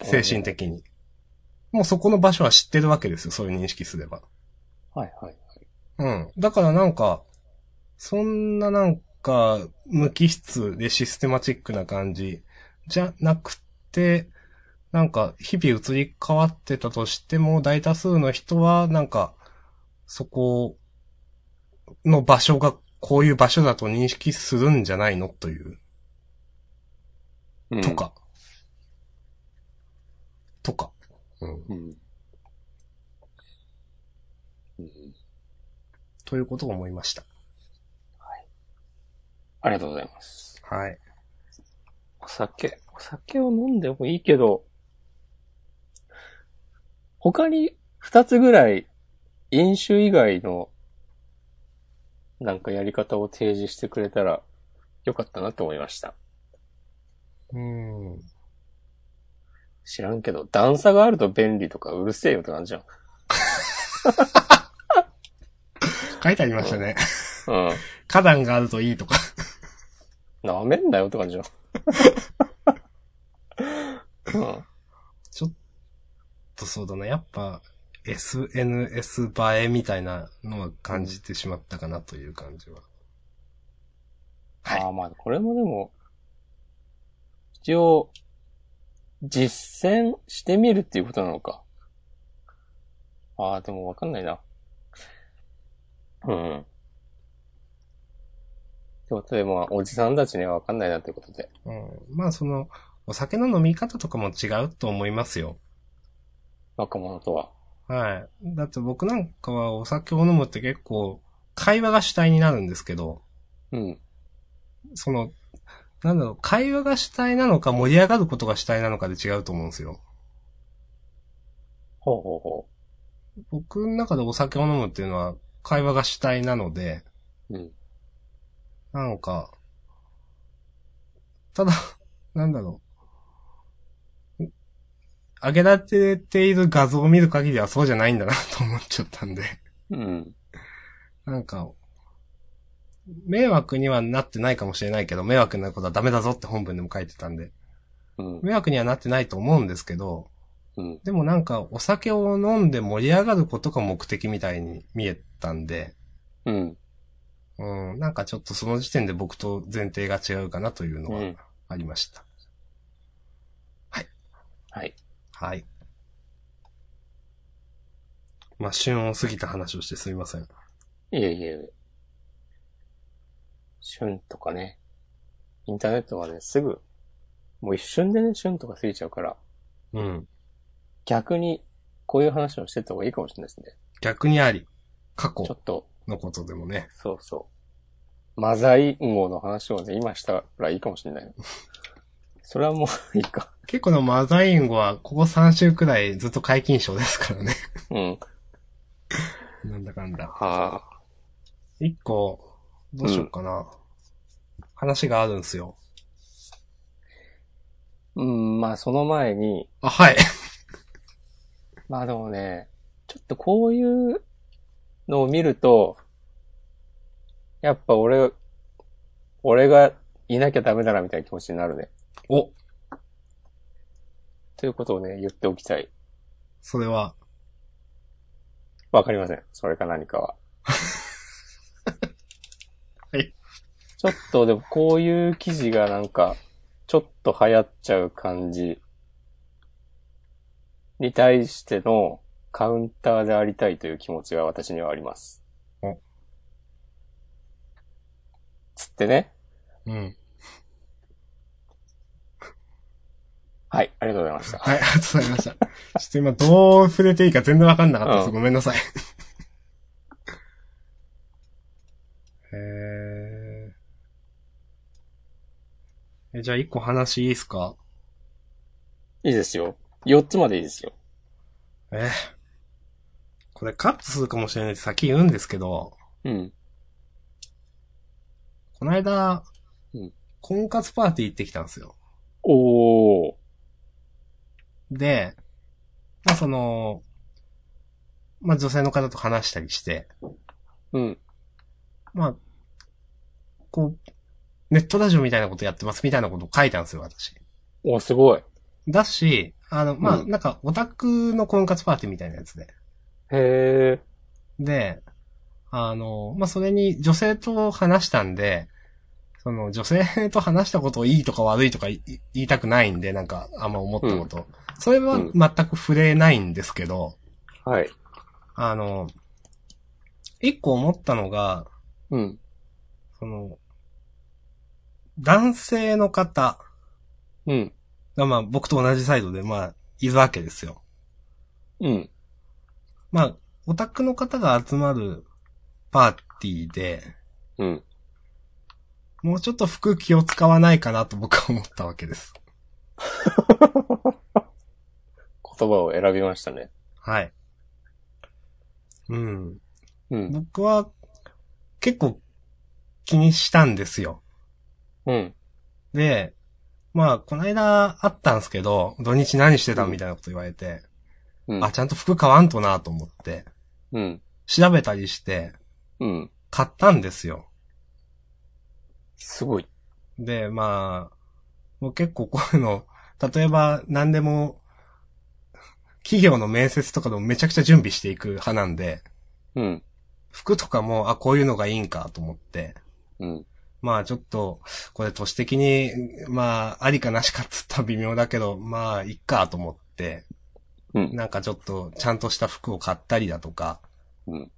精神的に。もうそこの場所は知ってるわけですよ、そういう認識すれば。はいはい。うん。だからなんか、そんななんか、無機質でシステマチックな感じじゃなくて、なんか、日々移り変わってたとしても、大多数の人は、なんか、そこの場所が、こういう場所だと認識するんじゃないのという、うんと。か。とか。うん。うん。うんということを思いました。ありがとうございます。はい。お酒。お酒を飲んでもいいけど、他に二つぐらい飲酒以外のなんかやり方を提示してくれたらよかったなと思いました。うん。知らんけど、段差があると便利とかうるせえよって感じじゃん。書いてありましたね。 うん。花壇があるといいとか。なめんなよって感じじゃん。うん。ちょっとそうだな。やっぱ、SNS 映えみたいなのは感じてしまったかなという感じは。はいああ、まあ、これもでも、一応、実践してみるっていうことなのか。ああ、でもわかんないな。うん。でも、例えば、おじさんたちにはわかんないなということで。うん、まあその、お酒の飲み方とかも違うと思いますよ。若者とは。はい。だって僕なんかはお酒を飲むって結構、会話が主体になるんですけど、うん。その、なんだろう、会話が主体なのか盛り上がることが主体なのかで違うと思うんですよ。ほうほうほ僕の中でお酒を飲むっていうのは、会話が主体なので、う。うん。なんか、ただ、 なんだろう。上げられている画像を見る限りはそうじゃないんだなと思っちゃったんで。 うん。なんか、迷惑にはなってないかもしれないけど、迷惑になることはダメだぞって本文でも書いてたんで、うん。迷惑にはなってないと思うんですけど、うん。でもなんかお酒を飲んで盛り上がることが目的みたいに見えたんで、うん。うん、なんかちょっとその時点で僕と前提が違うかなというのうはんありました。はい。はい。まあ、旬を過ぎた話をしてすみません。いえいえ。旬とかね。インターネットはね、すぐ、もう一瞬でね、旬とか過ぎちゃうから、うん。逆に、こういう話をしてった方がいいかもしれないですね。逆にあり、過ちょ去っと、のことでもね。そうそう。マザインゴの話をね、今したらいいかもしれない よ。それはもういいか。結構でもマザインゴはここ3週くらいずっと解禁賞ですからね。うん。 なんだかんだ。はあ。一個、どうしようかな。話があるんですよ。うん、まあその前に、あ、はい。まあでもね、ちょっとこういうのを見ると、やっぱ俺、俺がいなきゃダメだなみたいな気持ちになるね。お、ということをね、言っておきたい。それは、わかりません。それか何かは。 はい。ちょっとでもこういう記事がなんか、ちょっと流行っちゃう感じに対してのカウンターでありたいという気持ちが私にはあります。おつってね。うん。はい、ありがとうございました。はい、あり がとうございました。ちょっと今どう触れていいか全然わかんなかったです。うんごめん なさい。へーえ。じゃあ一個話いいですかいいですよ。4つまでいいですよ。えこれカットするかもしれないって先言うんですけど、うん。この間、うん婚活パーティー行ってきたんですよ。おー。で、まあその、まあ女性の方と話したりして、うん。まあ、こう、ネットラジオみたいなことやってますみたいなことを書いたんですよ、私。お、すごい。だし、あの、まあ、うんなんか、オタクの婚活パーティーみたいなやつで。へで、あの、まあ、それに女性と話したんで、その、女性と話したことをいいとか悪いとかいい言いたくないんで、なんか、あんま思ったこと。それはうん全く触れないんですけど、ー。はい。あの、一個思ったのが、うん。その、男性の方うん。が、まあ僕と同じサイドで、まあ、いるわけですよ。うん。まあ、オタクの方が集まるパーティーで、うん。もうちょっと服気を使わないかなと僕は思ったわけです。言葉を選びましたね。はい。うん。うん。僕は、結構、気にしたんですよ。うん。で、まあ、この間あったんですけど、土日何してたみたいなこと言われて、うん。あ、ちゃんと服買わんとなと思って、うん。調べたりして、うん。買ったんですよ。すごい。で、まあ、もう結構こういうの、例えば何でも、企業の面接とかでもめちゃくちゃ準備していく派なんで、うん。服とかも、あ、こういうのがいいんかと思って、うん。まあちょっと、これ都市的に、まあ、ありかなしかっつったら微妙だけど、まあ、いっかと思って、うんなんかちょっと、ちゃんとした服を買ったりだとか、うん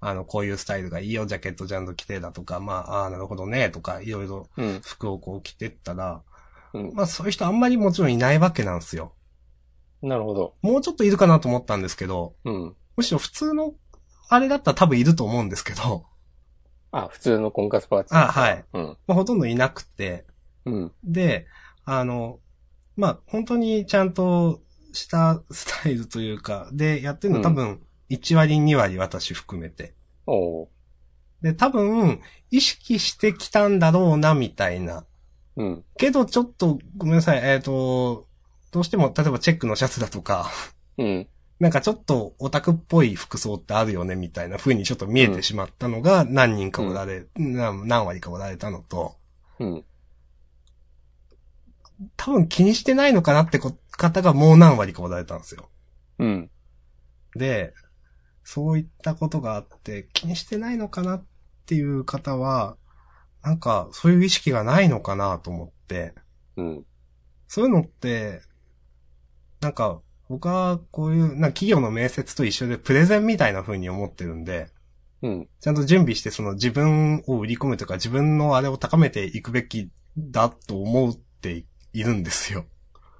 あの、こういうスタイルがいいよ、ジャケットジャンル着てだとか、まあ、ああー、なるほどね、とか、いろいろうん。服をこう着てったら、うん。まあそういう人あんまりもちろんいないわけなんですよ。なるほど。もうちょっといるかなと思ったんですけど、うん。むしろ普通の、あれだったら多分いると思うんですけど、あ、普通の婚活パーティー。あはい。うん。まあほとんどいなくて、うん。で、あの、まあ、本当にちゃんとしたスタイルというか、で、やってるの多分、1割2割私含めて。おー。で、多分、意識してきたんだろうな、みたいな。うん。けど、ちょっと、ごめんなさい、えっ、と、どうしても、例えばチェックのシャツだとか、うん。なんかちょっとオタクっぽい服装ってあるよね、みたいな風にちょっと見えてしまったのが、何人かおられ、な何割かおられたのと、うん。多分気にしてないのかなってこ方がもう何割かおられたんですよ。うん。で、そういったことがあって、気にしてないのかなっていう方は、なんか、そういう意識がないのかなと思って、うん。そういうのって、なんか、僕はこういう、なんか企業の面接と一緒でプレゼンみたいな風に思ってるんで、うん。ちゃんと準備してその自分を売り込むというか自分のあれを高めていくべきだと思っているんですよ。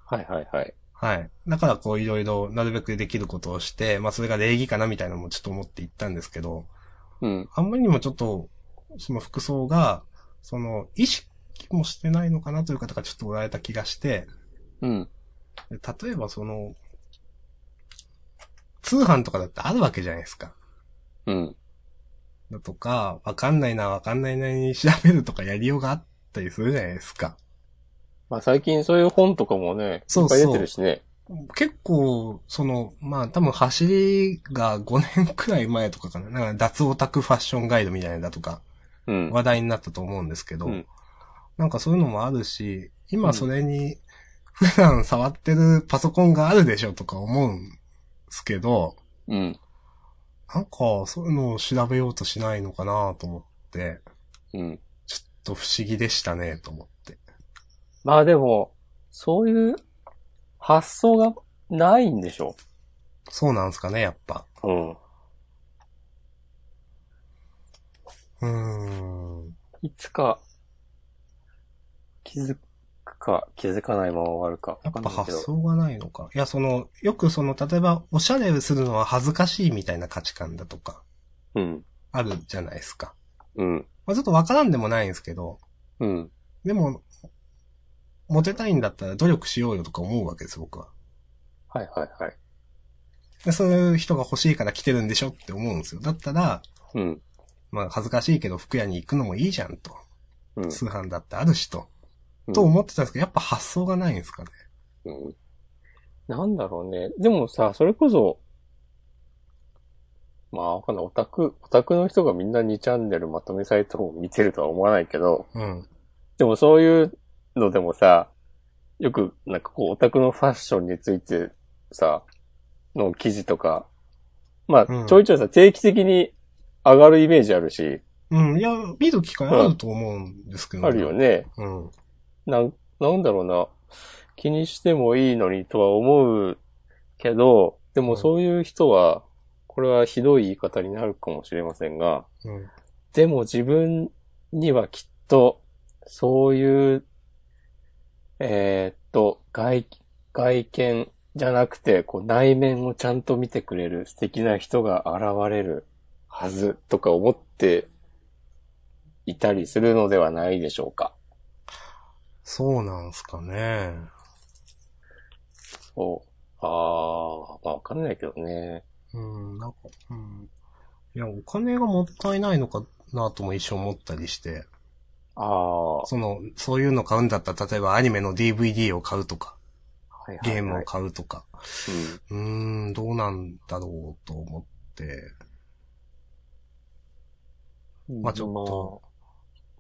はいはいはい。はい。だからこういろいろなるべくできることをして、まあそれが礼儀かなみたいなのもちょっと思っていったんですけど、うん。あんまりにもちょっと、その服装が、その意識もしてないのかなという方がちょっとおられた気がして、うん。で例えばその、通販とかだってあるわけじゃないですか。うん。だとか、わかんないな、わかんないなに調べるとかやりようがあったりするじゃないですか。まあ最近そういう本とかもね、いそっうそぱうい出てるしね。結構、その、まあ多分走りが5年くらい前とかかな。なんか脱オタクファッションガイドみたいなのだとか、うん。話題になったと思うんですけど、うんなんかそういうのもあるし、今それに普段触ってるパソコンがあるでしょとか思うんですけど、うん。なんかそういうのを調べようとしないのかなと思って、うん。ちょっと不思議でしたねと思って。まあでも、そういう発想がないんでしょ。そうなんですかね、やっぱ。うん。うーん。いつか気づくか気づかないまま終わるかやわかんっぱないけ発ど。想がないのか。いや、その、よくその、例えば、おしゃれするのは恥ずかしいみたいな価値観だとか、うん。あるじゃないですか。うん。まあちょっとわからんでもないんですけど、うん。でも、モテたいんだったら努力しようよとか思うわけです、僕は。はいはいはい。でそういう人が欲しいから来てるんでしょって思うんですよ。だったら、うん。まあ恥ずかしいけど服屋に行くのもいいじゃんと。うん。通販だってあるしと。うんと思ってたんですけど、やっぱ発想がないんですかね。うんなんだろうね。でもさ、それこそ、まあわかんない。オタク、オタクの人がみんな2チャンネルまとめサイトを見てるとは思わないけど、うん。でもそういうのでもさ、よくなんかこうオタクのファッションについてさ、の記事とか、まうあんちょいちょいさ、定期的に上がるイメージあるし、うん。いや、見る機会あると思うんですけど、あるよ。ね。うん。なん、なんだろうな。気にしてもいいのにとは思うけど、でもそういう人は、これはひどい言い方になるかもしれませんが、うん。でも自分にはきっと、そういう、えーっと、外、外見じゃなくて、こう内面をちゃんと見てくれる素敵な人が現れるはずとか思っていたりするのではないでしょうか。そうなんですかね。そう。ああ、まあわかんないけどね。うん、なんか、うん。いや、お金がもったいないのかなとも一瞬思ったりして。ああ、はその、そういうの買うんだったら、例えばアニメの DVD を買うとか、いはい、はい。ゲームを買うとか、うーん、どうなんだろうと思って、うん。まあちょっと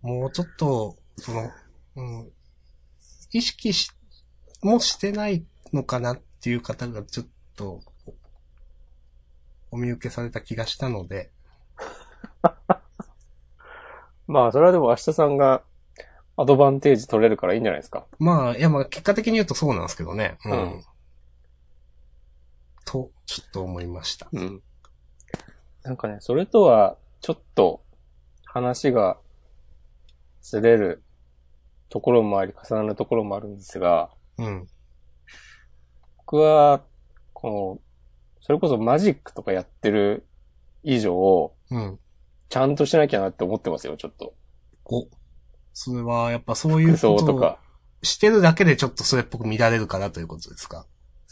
もうちょっと、その、うん、意識し、もしてないのかなっていう方がちょっと、お見受けされた気がしたので、まあ。まあ、それはでも明日さんがアドバンテージ取れるからいいんじゃないですか。まあ、いや、まあ、結果的に言うとそうなんですけどね。うん。うんと、ちょっと思いました。うん。なんかね、それとは、ちょっと、話が、ずれるところもあり、重なるところもあるんですが、うん。僕は、この、それこそマジックとかやってる以上、うん。ちゃんとしなきゃなって思ってますよ、ちょっと。お。それは、やっぱそういう服こ装ととをか。してるだけでちょっとそれっぽく見られるからということですか。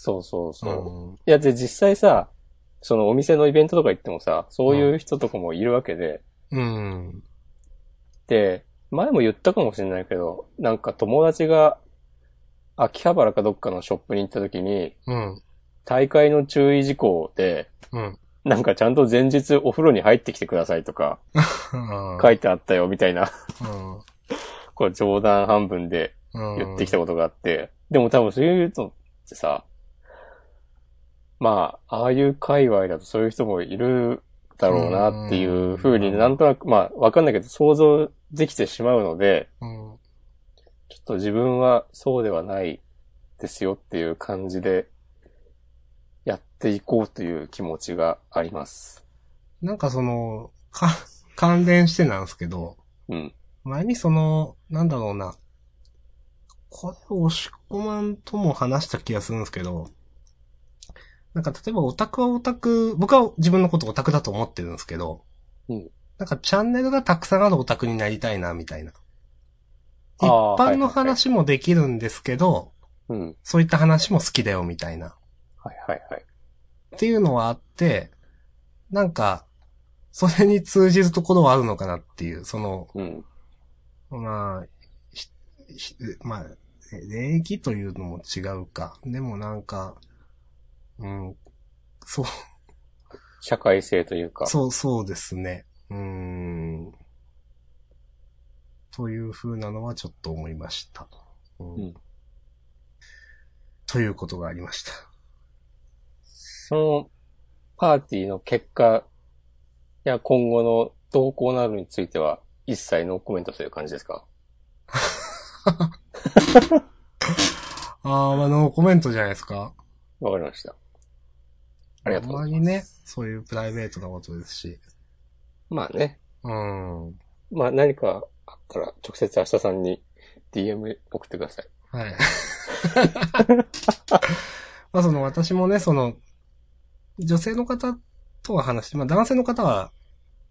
そうそうそう。うん。いや、で、実際さ、そのお店のイベントとか行ってもさ、そういう人とかもいるわけで、うん。で、前も言ったかもしれないけど、なんか友達が、秋葉原かどっかのショップに行った時に、うん。大会の注意事項で、うん。なんかちゃんと前日お風呂に入ってきてくださいとか、うん書いてあったよみたいな、うんこう冗談半分でうん。言ってきたことがあって、でも多分そういうのってさ、まあ、ああいう界隈だとそういう人もいるだろうなっていうふうにうんなんとなく、まあ、わかんないけど想像できてしまうので、うん。ちょっと自分はそうではないですよっていう感じで、やっていこうという気持ちがあります。なんかその、か、関連してなんですけど、うん。前にその、なんだろうな。これ、押し込まんとも話した気がするんですけど、なんか例えばオタクはオタク、僕は自分のことオタクだと思ってるんですけど、うんなんかチャンネルがたくさんあるオタクになりたいな、みたいな。一あー般のはいはいはい話もできるんですけど、うん。そういった話も好きだよ、みたいな。はいはいはい。っていうのはあって、なんか、それに通じるところはあるのかなっていう、その、うん。まあ、ひひまあ、え礼儀というのも違うか。でもなんか、うん、そう、社会性というか。そう、そうですね。うーん。という風なのはちょっと思いました。うんうんということがありました。その、パーティーの結果や今後の動向などについては、一切ノーコメントという感じですかあー、まあ、ノーコメントじゃないですか。わかりました。ありがとうございあんまります。ね、そういうプライベートなことですし。まあね。うん。はい。まあ何かあったら、直接明日さんに DM 送ってください。 まあその私もね、その、女性の方とは話して、まあ男性の方は、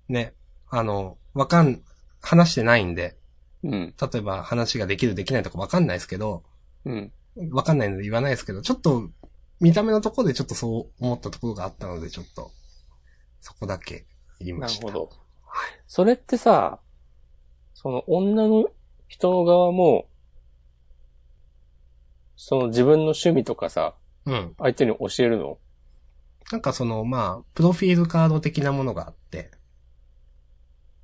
ね、あの、わかん、話してないんで、うん。例えば話ができるできないとかわかんないですけど、うん。わかんないので言わないですけど、ちょっと、見た目のところでちょっとそう思ったところがあったので、ちょっと、そこだけ言いなまるした。ほど。それってさ、その女の人の側も、その自分の趣味とかさ、うん。相手に教えるのなんかその、まあ、プロフィールカード的なものがあって、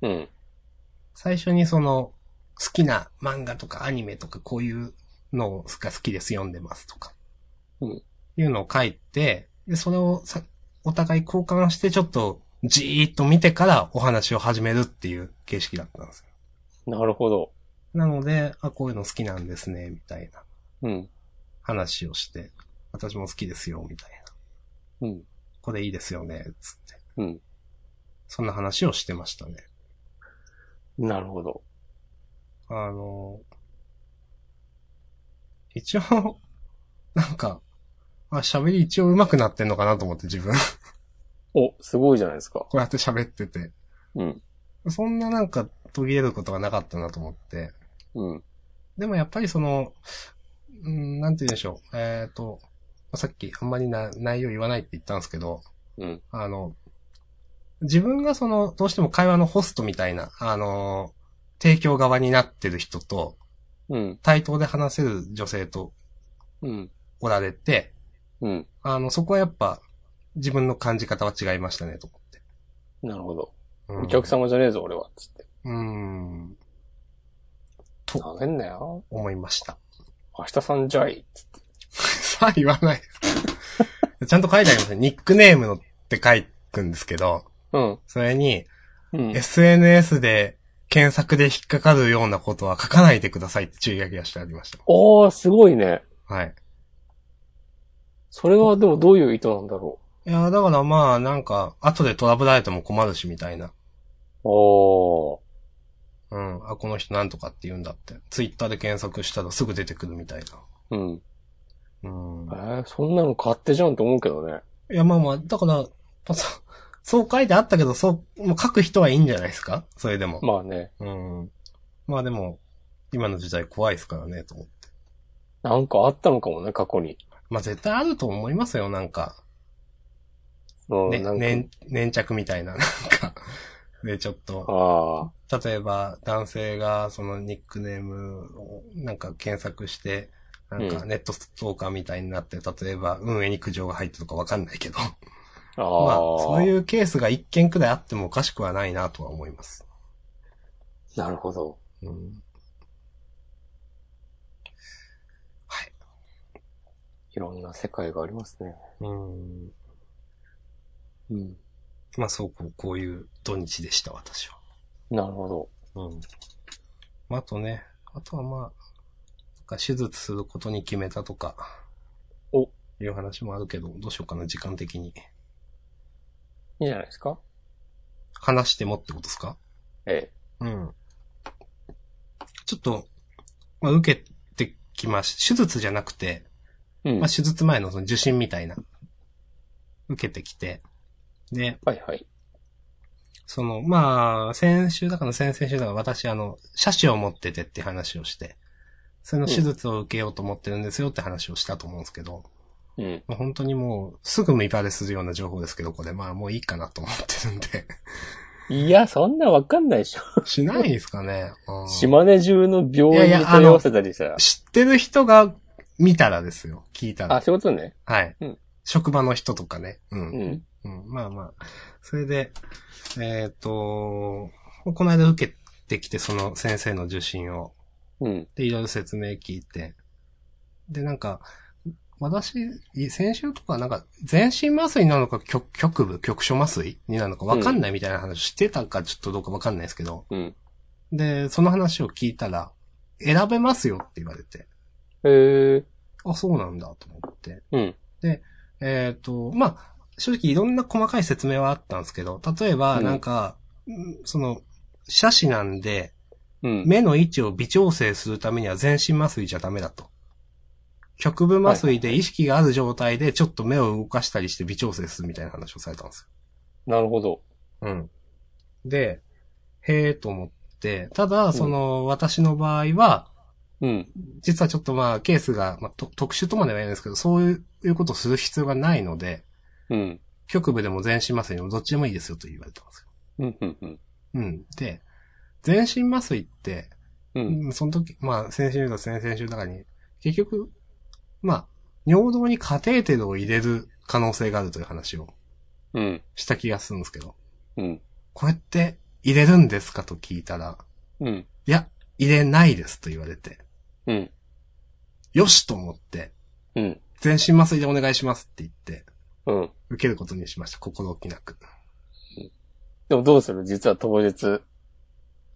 うん。最初にその、好きな漫画とかアニメとかこういうのが好きです、読んでますとか。うんいうのを書いて、で、それをさ、お互い交換してちょっと、じーっと見てからお話を始めるっていう形式だったんですよ。なるほど。なので、あ、こういうの好きなんですね、みたいなうん。話をして、私も好きですよ、みたいな。うん。これいいですよね、つって。うん。そんな話をしてましたね。なるほど。あの、一応、なんか、あ、喋り一応上手くなってんのかなと思って自分。 お、すごいじゃないですか。こうやって喋ってて。うん。そんななんか途切れることがなかったなと思って。うん。でもやっぱりその、うんなんて言うんでしょう。えっ、と、さっきあんまりな内容言わないって言ったんですけど、うん。あの、自分がその、どうしても会話のホストみたいな、あの、提供側になってる人と、うん。対等で話せる女性とうん。おられて、うん。あの、そこはやっぱ、自分の感じ方は違いましたね、と思って。なるほど。うんお客様じゃねえぞ、俺は。つって。うん、なめんなよ。思いました。 明日さんじゃい。つってさあ、言わないです。ち ゃんと書いてありますね。ニックネームのって書いくんですけど、うん。それに、うん。 SNS で検索で引っかかるようなことは書かないでくださいって注意書きがしてありました。おー、すごいね。はい。それはでもどういう意図なんだろいやー、だからまあ、なんか、後でトラブられても困るし、みたいな。う。おー。うん。あ、この人なんとかって言うんだって。ツイッターで検索したらすぐ出てくるみたいうん。な。うんえ。ー、そんなの勝手じゃんと思うけどね。いや、まあまあ、だから、まあそう、 そう書いてあったけど、そう、もう書く人はいいんじゃないですかそれでも。まあね。うん。まあでも、今の時代怖いですからね、と思って。なんかあったのかもね、過去に。まあ絶対あると思いますよ、なんか。うん、ね、なんか。粘、粘着みたいな、なんか。 で、ちょっと、ああ。例えば、男性が、そのニックネームを、なんか検索して、なんうか、ネットストーカーみたいになって、例えば、運営に苦情が入ったとかわかんないけど。あまあ、あ。そういうケースが一件くらいあってもおかしくはないなとは思います。なるほど。うんいろんな世界がありますね。うん。うん。まあそう、こうこういう土日でした、私は。なるほど。うん。まああとね、あとはまあ、なんか手術することに決めたとか、おいう話もあるけど、どうしようかな、時間的に。いいんじゃないですか話してもってことですかえうん。ちょっと、まあ受けてきまし、手術じゃなくて、え。うん。まあは手術前のその受診みたいな、受けてきて、で、いはい。その、まあ、先週だから先々週だから私あの、車種を持っててって話をして、その手術を受けようと思ってるんですよって話をしたと思うんですけど、うん。まあ本当にもう、すぐ見バレするような情報ですけど、これ、まあもういいかなと思ってる んで。いや、そんなわかんないでしょ。しないですかね。うん島根中の病いやい院やに問い合わせたりしたら。知ってる人が見たらですよ。聞いたあ、ら。そういうことね。はい、うん職場の人とかね。うんうん。うん、まあまあ。それで、えっ、と、この間受けてきて、その先生の受診を。うん。で、いろいろ説明聞いて。で、なんか、私、先週とかなんか、全身麻酔なのか、局、局部、局所麻酔になるのかわかんないみたいな話してたか、ちょっとどうかわかんないですけど。うん。で、その話を聞いたら、選べますよって言われて。へえ。あ、そうなんだと思って。うん。えっ、と、まあ、正直いろんな細かい説明はあったんですけど、例えば、うんなんか、うんその、斜視なんで、うん。目の位置を微調整するためには全身麻酔じゃダメだと。局部麻酔で意識がある状態でちょっと目を動かしたりして微調整するみたいな話をされたんですなるほど。よ。うん。で、へえと思って、ただ、その、私の場合は、うん。実はちょっとまあ、ケースが、まあ、と特殊とまでは言えないですけど、そういうことをする必要がないので、うん。局部でも全身麻酔でもどっちでもいいですよと言われたんですよ。うん。うん。うん。うん。で、全身麻酔って、うん。うん、その時、まあ、先週だ、先々週だかに、結局、まあ、尿道にカテーテルを入れる可能性があるという話をうん。した気がするんですけど、うん。これって入れるんですかと聞いたら、うん。いや、入れないですと言われて、うん。よしと思って、うん。全身麻酔でお願いしますって言って、うん。受けることにしました。心置きなく。でもどうする実は当日、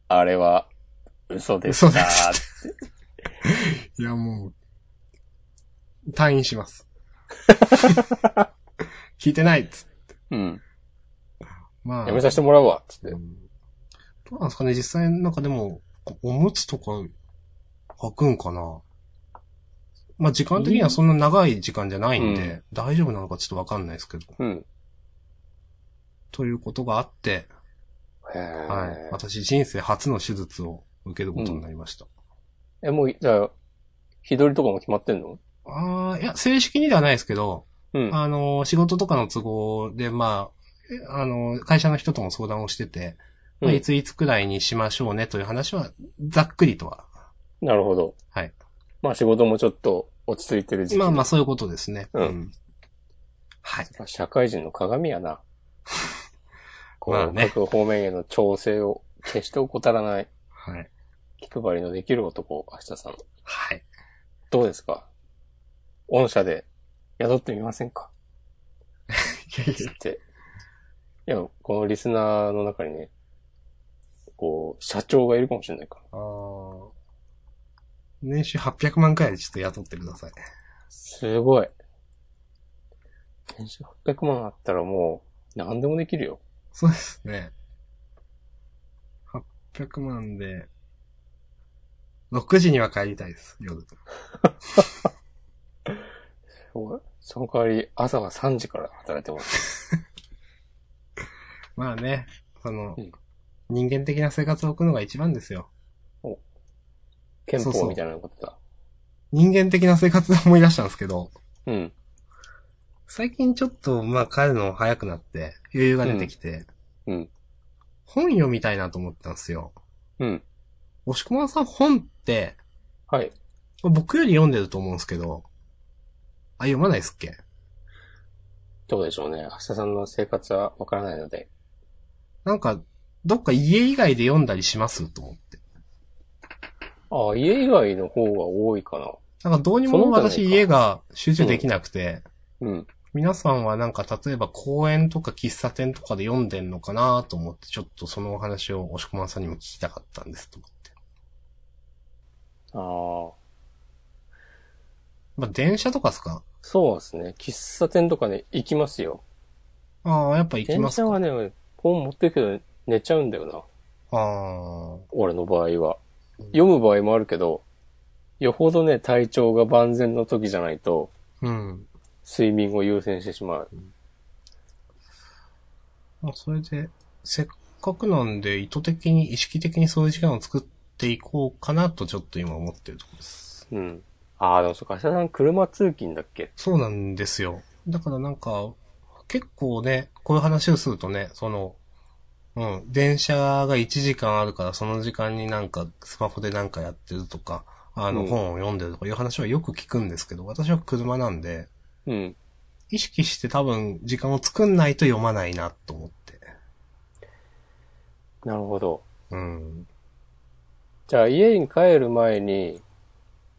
あれは、嘘でした。嘘でしいや、もう、退院 します。聞いてないっつ。うん。まあ。やめさせてもらうわ、つってう。んどうなんですかね実際なんかでも、こおむつとか履くんかなまあ時間的にはそんな長い時間じゃないんで、うん大丈夫なのかちょっとわかんないですけど。うん。ということがあって、へえ。はい。私人生初の手術を受けることになりました。え、もう、じゃあ、日取りとかも決まってんのああ、いや、正式にではないですけど、うん。あの、仕事とかの都合で、まあ、えあの、会社の人とも相談をしてて、まあうんいついつくらいにしましょうねという話は、ざっくりとは。なるほど。はい。まあ仕事もちょっと落ち着いてる時期。まあまあそういうことですね。うんはい。まあ社会人の鏡やな。こ まあう、ね各方面への調整を決して怠らない、はい。気配りのできる男、明日さん。 はい。どうですか御社で雇ってみませんかつって。いや、このリスナーの中にね、こう、社長がいるかもしれないから。あー年収800万くらいでちょっと雇ってください。すごい。年収800万あったらもう、何でもできるよ。そうですね。800万で、6時には帰りたいです、夜。そうその代わり、朝は3時から働いてます。まあね、その、うん人間的な生活を送るのが一番ですよ。憲そうそ法うみたいなことだ。人間的な生活を思い出したんですけど、うん。最近ちょっと、まあ帰るの早くなって、余裕が出てきて、うんうん本読みたいなと思ったんですよ。うん。押し込まんさん本って、はい。僕より読んでると思うんですけど、あ、読まないっすっけどうでしょうね。明日さんの生活はわからないので。なんか、どっか家以外で読んだりしますと思って。ああ、家以外の方が多いかな。なんかどうにそもの他ないか私家が集中できなくて、うん。皆さんはなんか例えば公園とか喫茶店とかで読んでんのかなと思って、ちょっとそのお話を押駒さんにも聞きたかったんですと思っあて。あ。まあ、電車とかですかそうですね。喫茶店とかね、行きますよ。ああ、やっぱ行き電ます車か。はね、俺本持ってるけど寝ちゃうんだよな。ああ。俺の場合は。読む場合もあるけど、よほどね、体調が万全の時じゃないと、うん。睡眠を優先してしまう。まあ、それで、せっかくなんで意図的に、意識的にそういう時間を作っていこうかなとちょっと今思ってるところです。うん。ああ、でもそっか、明日さん車通勤だっけそうなんですよ。だからなんか、結構ね、こういう話をするとね、その、うん、電車が1時間あるから、その時間になんか、スマホでなんかやってるとか、あの、うん本を読んでるとかいう話はよく聞くんですけど、私は車なんで、うん。意識して多分、時間を作んないと読まないなと思って。なるほど。うん。じゃあ家に帰る前に、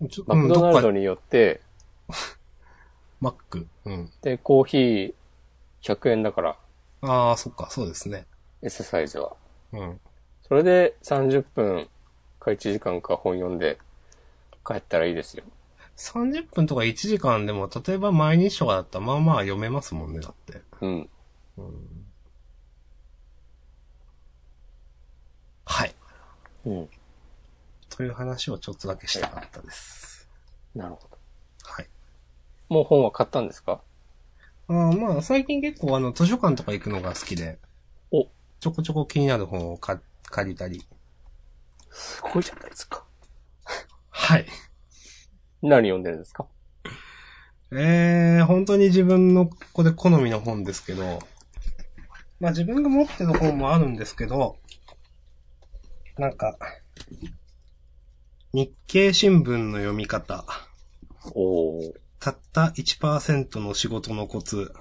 ちょマうクんドナルどドっか、に寄って、マック。うん。で、コーヒー100円だから、ああ、そっか、そうですね。エササイズは。うん。それで30分か1時間か本読んで帰ったらいいですよ。 30分とか1時間でも、例えば毎日とかだったら、まあまあ読めますもんね、だって。うん。はい。うん。という話をちょっとだけしたかったです。なるほど。はい。もう本は買ったんですかあーまあ、最近結構あの、図書館とか行くのが好きで、おちょこちょこ気になる本をか借りたり。すごいじゃないですか。はい。何読んでるんですかえー、本当に自分のここで好みの本ですけど、まあ自分が持ってる本もあるんですけど、なんか、日経新聞の読み方、おー。たった1%の仕事のコツ、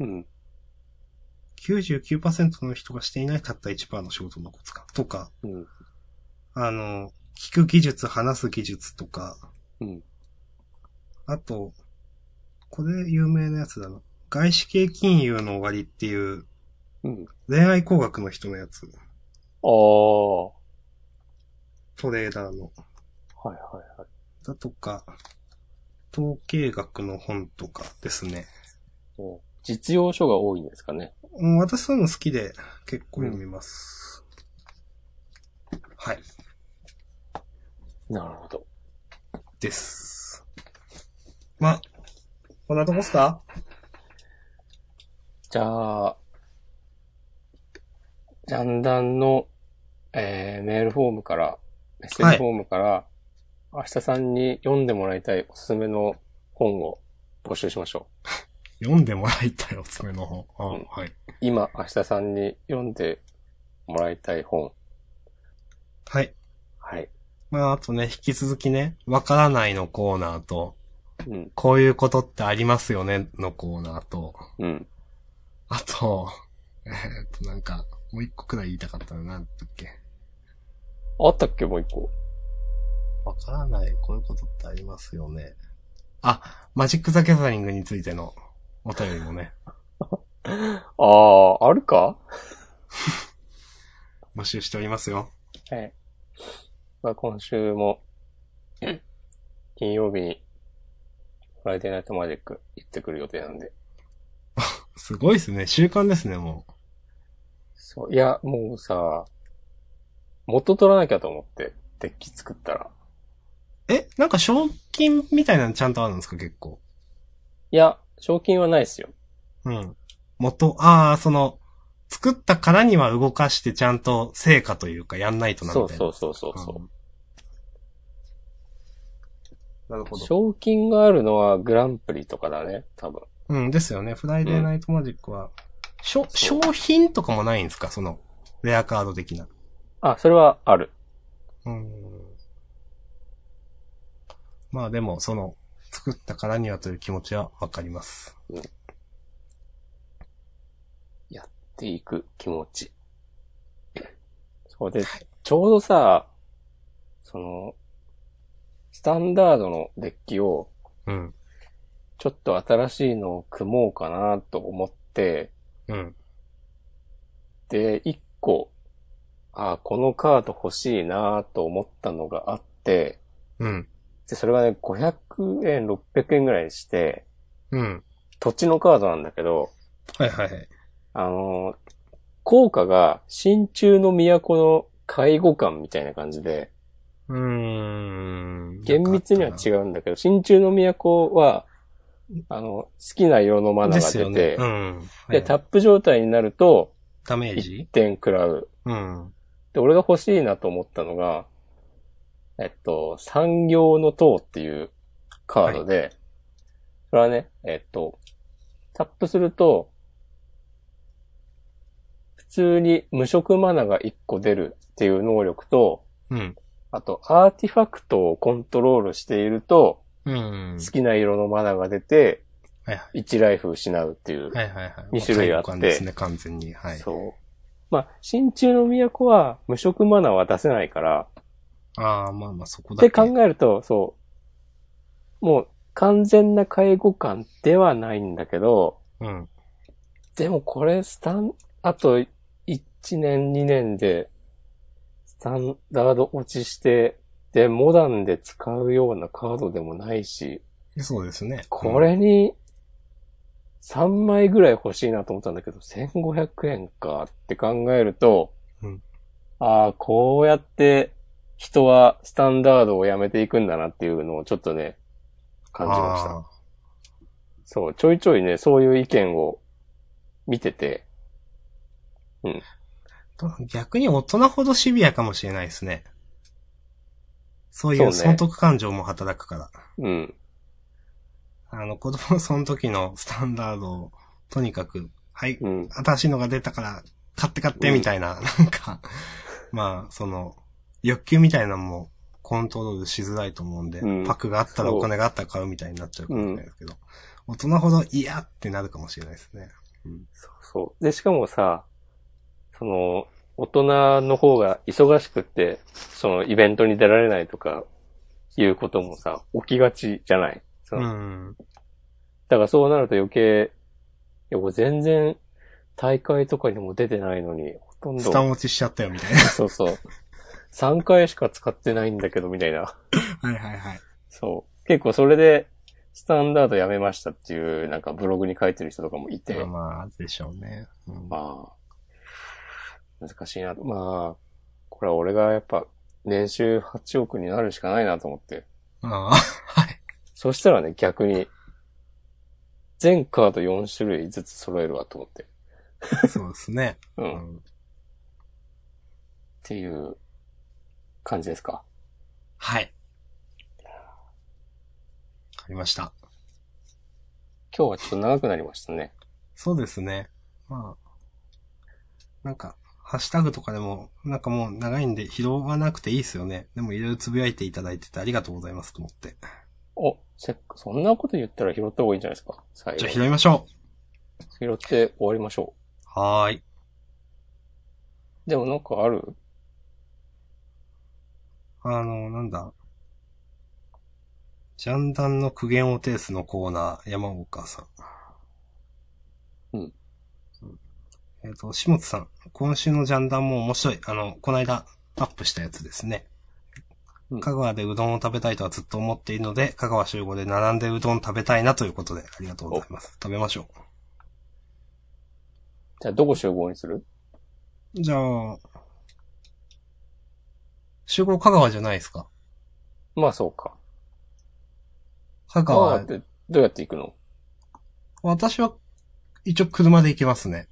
うん。 99%の人がしていないたった1%の仕事のコツか、とか、うん。あの、聞く技術、話す技術とか、うん。あと、これ有名なやつだな。外資系金融の終わりっていううん。恋愛工学の人のやつ。ああ。はトレーダーの。いはいはい。だとか、統計学の本とかですね。おー実用書が多いんですかね。うん私そういうの好きで結構読みます。はい。なるほど。です。ま、こんなとこっすかじゃあ、ジャンダンの、えー、メールフォームから、メッセージフォームから、明日さんに読んでもらいたいおすすめの本を募集しましょ読んでもらいたいおすすめの本。あうんはい。う。今、明日さんに読んでもらいたい本。はい。はい。まあ、あとね、引き続きね、わからないのコーナーと、うん。こういうことってありますよねのコーナーと、うん。あと、えーっと、なんか、もう一個くらい言いたかったのなんだっけ。あったっけもう一個。わからない、こういうことってありますよね。あ、マジック・ザ・ギャザリングについてのお便りもね、ああ、あるか募集しておりますよ。はい。まあ、今週も、 金曜日に、フライデーナイトマジック行ってくる予定なんで。すごいですね。習慣ですね、もう。そう、いや、もうさ、元取らなきゃと思って、デッキ作ったら。え、なんか賞金みたいなのちゃんとあるんですか、結構。いや、賞金はないですよ。うん。元、ああ、その、作ったからには動かしてちゃんと成果というかやんないとなみたいそな。。うそうそうそうそうなるほう。ど。賞金があるのはグランプリとかだね、多分。うん、ですよね。フライデーナイトマジックは。しょ、そ商う品とかもないんですかその、レアカード的な。あ、それはある。うん。まあでも、その、作ったからにはという気持ちはわかります。っていく気持ち。そうで、ちょうどさ、その、スタンダードのデッキを、うん。ちょっと新しいのを組もうかなと思って、うん。で、一個、あーこのカード欲しいなと思ったのがあって、うん。で、それがね、500円、600円ぐらいして、うん。土地のカードなんだけど、はいはいはい。あのー効果が、真鍮の都の介護官みたいな感じで、うーん。厳密には違うんだけど、真鍮の都は、あの、好きな色のマナでがす出よて、ね。うん。で、タップ状態になると、ダメー1ジ点食らう。うん。で、俺が欲しいなと思ったのが、えっと、産業の塔っていうカードで、それはね、えっと、タップすると、普通に無色マナが1個出るっていう能力と、うん。あと、アーティファクトをコントロールしていると、うん。好きな色のマナが出て、はいは1ライフ失うっていう。い。はいはいはい。二種類あってもう体育館ですね、完全に。はい。そう。まあ、真鍮の都は無色マナは出せないから、ああ、まあまあそこっだてけ。考えると、そう、もう完全な介護官ではないんだけど、うん。でもこれスタン、あと1年2年で、スタンダード落ちして、で、モダンで使うようなカードでもないし、そうですね。これに3枚ぐらい欲しいなと思ったんだけど、1500円かって考えると、うんああ、こうやって人はスタンダードをやめていくんだなっていうのをちょっとね、あ感じました。そう、ちょいちょいね、そういう意見を見てて、ーと逆に大人ほどシビアかもしれないですね。そういそううね損得感情も働くから。うん、あの、子供のその時のスタンダードを、とにかく、はい、うん、新しいのが出たから、買って買ってみたいな、なんか、まあ、その、欲求みたいなのもコントロールしづらいと思うんで、うんパックがあったらそうお金があったら買うみたいになっちゃうかもしれないですけど、大人ほど嫌ってなるかもしれないですね。そうそう。で、しかもさ、その、大人の方が忙しくって、そのイベントに出られないとか、いうこともさ、起きがちじゃないそうのん。だからそうなると余計、いや、もう全然大会とかにも出てないのに、ほとんスタど、ン落ちしちゃったよみたいな。そうそう。3回しか使ってないんだけど、みたいな。 はいはいはい。そう。結構それで、スタンダードやめましたっていう、なんかブログに書いてる人とかもいて、 まあ、あるでしょうね。うんまあ、難しいなと。まあ、これは俺がやっぱ、年収8億になるしかないなと思って。ああ、はい。そしたらね、逆に、全カード4種類ずつ揃えるわと思って。そうですね。う。うんっんていう感じですか。はい。わかりました。今日はちょっと長くなりましたね。そうですね。まあ、なんか、ハッシュタグとかでも、なんかもう長いんで拾わなくていいですよね。でもいろいろつぶやいていただいててありがとうございますと思って。お、せっか、そんなこと言ったら拾った方がいいんじゃないですか。最じゃあ後。拾いましょ拾って終わりましょう。はーい。う。でもなんかあるあの、なんだ。ジャンダンの苦言を呈すのコーナー、山岡さん。うん。えっ、と、下津さん。今週のジャンダンも面白い。あの、この間アップしたやつですね。うん香川でうどんを食べたいとはずっと思っているので、香川集合で並んでうどん食べたいなということで、ありがとうございます。食べましょじゃあどこ集合にするう。じゃあ、集合香川じゃないですか。まあそうか。香川川っ、てどうやって行くの私は一応車で行けますね。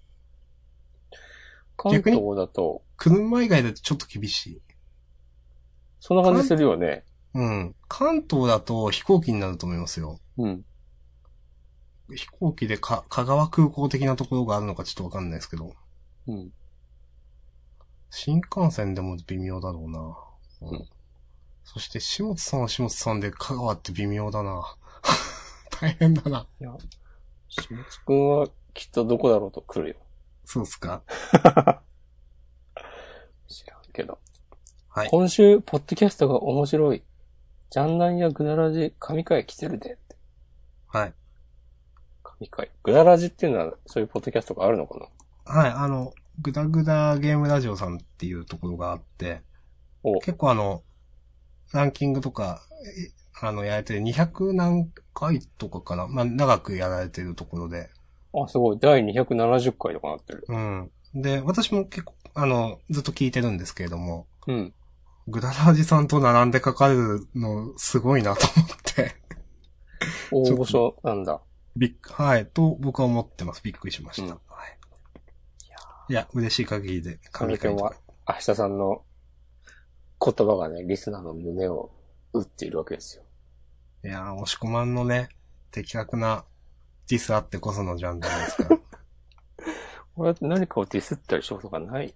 関逆東にだと、車以外だとちょっと厳しい。そんな感じするよね。うん。関東だと飛行機になると思いますよ。うん。飛行機でか、香川空港的なところがあるのかちょっとわかんないですけど。うん。新幹線でも微妙だろうな。うんそして、下津さんは下津さんで香川って微妙だな。 大変だな。下津くんはきっとどこだろうと来るよ。そうっすか知らんけど。はい今週、ポッドキャストが面白い。ジャンナンやグダラジ、神回来てるでって。はい。神回。グダラジっていうのは、そういうポッドキャストがあるのかなはい、あの、グダグダゲームラジオさんっていうところがあってお、結構あの、ランキングとか、えあの、やられてる200何回とかかな。まあ、長くやられてるところで。あ、すごい。第270回とかなってる。うん。で、私も結構、あの、ずっと聞いてるんですけれども、うん。グダラジさんと並んで書かれるのすごいなと思って、 大ちょっと御所なんだ。びっく、はい、と僕は思ってます。びっくりしました。うんはい。いや、嬉しい限りで、神回神回とかは。明日さんの言葉がね、リスナーの胸を打っているわけですよ。いやー、押し込まんのね、的確なディスあってこそのジャンルですから。俺は何かをディスったりしたことがない。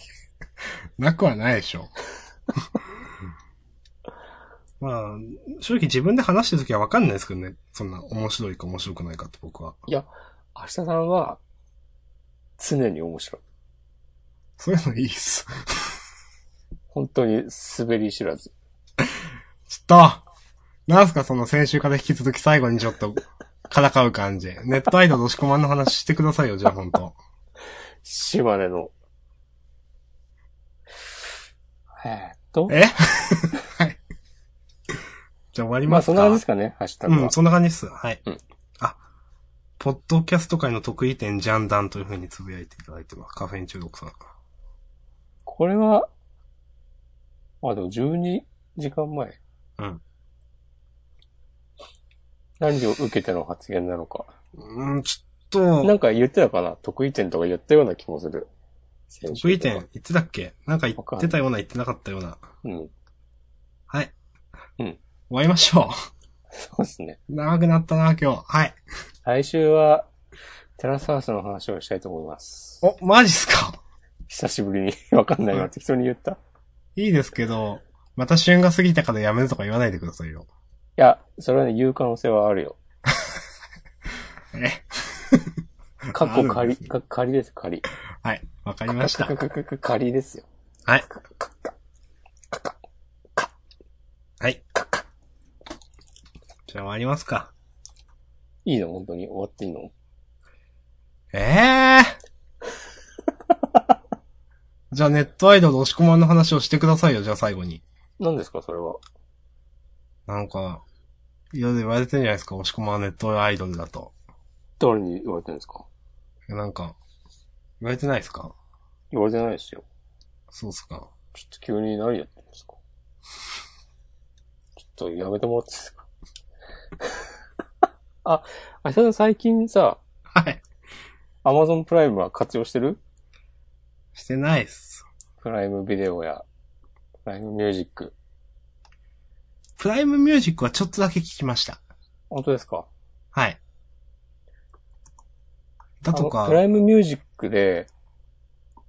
なくはないでしょ。 まあ、正直自分で話してるときはわかんないですけどね。そんな面白いか面白くないかって僕は。明日さんは、常に面白い。そういうのいいっす。本当に滑り知らず。ちょっとなんすかその先週から引き続き最後にちょっと、からかう感じ。ネットアイドル押し込まんの話してくださいよ、じゃあほんと。島根の。えーっと。え はい。じゃあ終わりままあ、すそかんな感じですかね、明日のは。うん、そんな感じです。はい。うんあ、ポッドキャスト界の得意点、ジャンダンという風につぶやいていただいてます。カフェイン中毒さん。これは、あ、でも12時間前。うん。何を受けての発言なのか。うーん、ちなょっと、んか言ってたかな得意点とか言ったような気もする。先週得意点、いつだっけなんか言ってたような、言ってなかったような。うん。はい。うん終わりましょそうですね。う。長くなったな、今日。はい。来週は、テラスハウスの話をしたいと思います。お、マジっすか久しぶりに、 わかんないな、適当に言った。いいいですけど、また旬が過ぎたからやめるとか言わないでくださいよ。や、それはね、言う可能性はあるよ。え、過去 あるん仮、ですねか仮です、仮。はい。わかりましたか。かかか仮ですよ。はいかかかかかかはい。かかじゃあ終わりますか。いいの本当に終わっていいのええ じゃあネットアイドル押し込まんの話をしてくださいよ、じゃあ最後に。何ですかそれは。なんか、いろいろ言われてるじゃないですか、押し込まんはネットアイドルだと。誰に言われてるんですかなんか、言われてないですか言われてないですよ。そうっすか。ちょっと急に何やってるんですかちょっとやめてもらっていいですかあ、あさん最近さ、はい。アマゾンプライムは活用してるしてないっす。プライムビデオや、プライムミュージック。プライムミュージックはちょっとだけ聞きました。本当ですかはい。だとあのかプ、ライムミュージックで、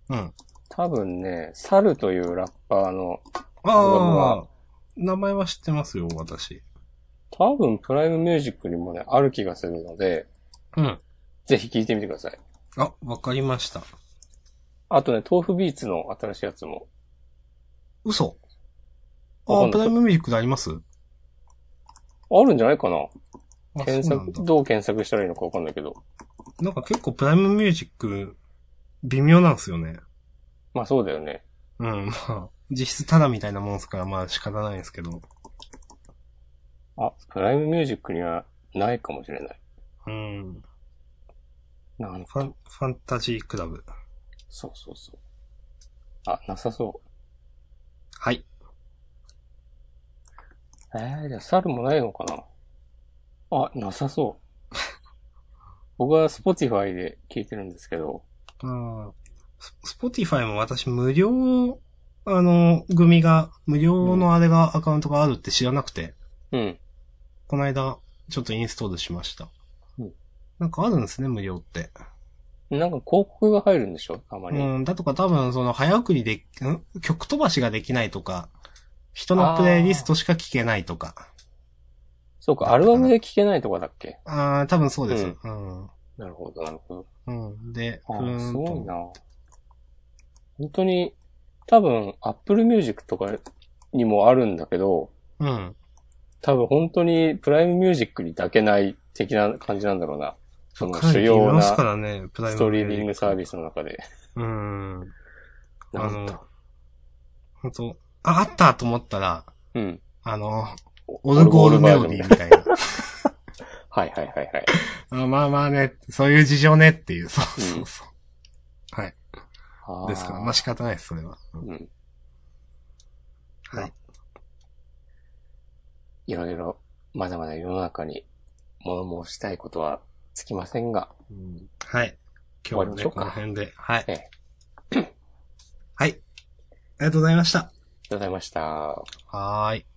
うん。多分ね、サルというラッパーの、ああ、名前は知ってますよ、私。多分プライムミュージックにもね、ある気がするので、うん。ぜひ聞いてみてください。あ、わかりました。あとね、豆腐ビーツの新しいやつも。嘘。わかあんないプライムミュージックでありますあるんじゃないかなあ検そうなん索、だ。どう検索したらいいのかわかんないけど。なんか結構プライムミュージック、微妙なんですよね。まあそうだよね。うん、まあ、実質ただみたいなもんですから、まあ仕方ないんですけど。あ、プライムミュージックにはないかもしれない。うん。なんか、ファン、ファンタジークラブ。そうそうそう。あ、なさそはい。う。えー、じゃあ猿もないのかなあ、なさ そう。僕は Spotify で聞いてるんですけど、あススポティファイも私無料、あの、組が、無料のあれが、アカウントがあるって知らなくて、うん。この間、ちょっとインストールしました。うんなんかあるんですね、無料って。なんか広告が入るんでしょたまに。うん、だとか多分その早送りで、ん曲飛ばしができないとか、人のプレイリストしか聴けないとか。そうか、アルバムで聴けないとかだっけああー多分そうです。うんうん。なるほど、なるほど。うん。で、あふーんーとすごいな。本当に、多分、Apple Music とかにもあるんだけど、うん。多分本当にプライムミュージックにだけない的な感じなんだろうな。そのかな主りい要まなすかスらね、プライムトリーミングサービス。スの中で。うん。あなんのか、本当あ、あったと思ったら、うん。あの、オルゴールメロディーみたいな。はいはいはいはい。あまあまあね、そういう事情ねっていう、そうそうそう。あーですから、まあ仕方ないです、それは。うん。はい。いろいろ、まだまだ世の中に物申したいことはつきませんが、はい。終今わ日りまはねしょ、うこかの辺で。はいええ。はい。ありがとうございました。ありがとうございました。はーい。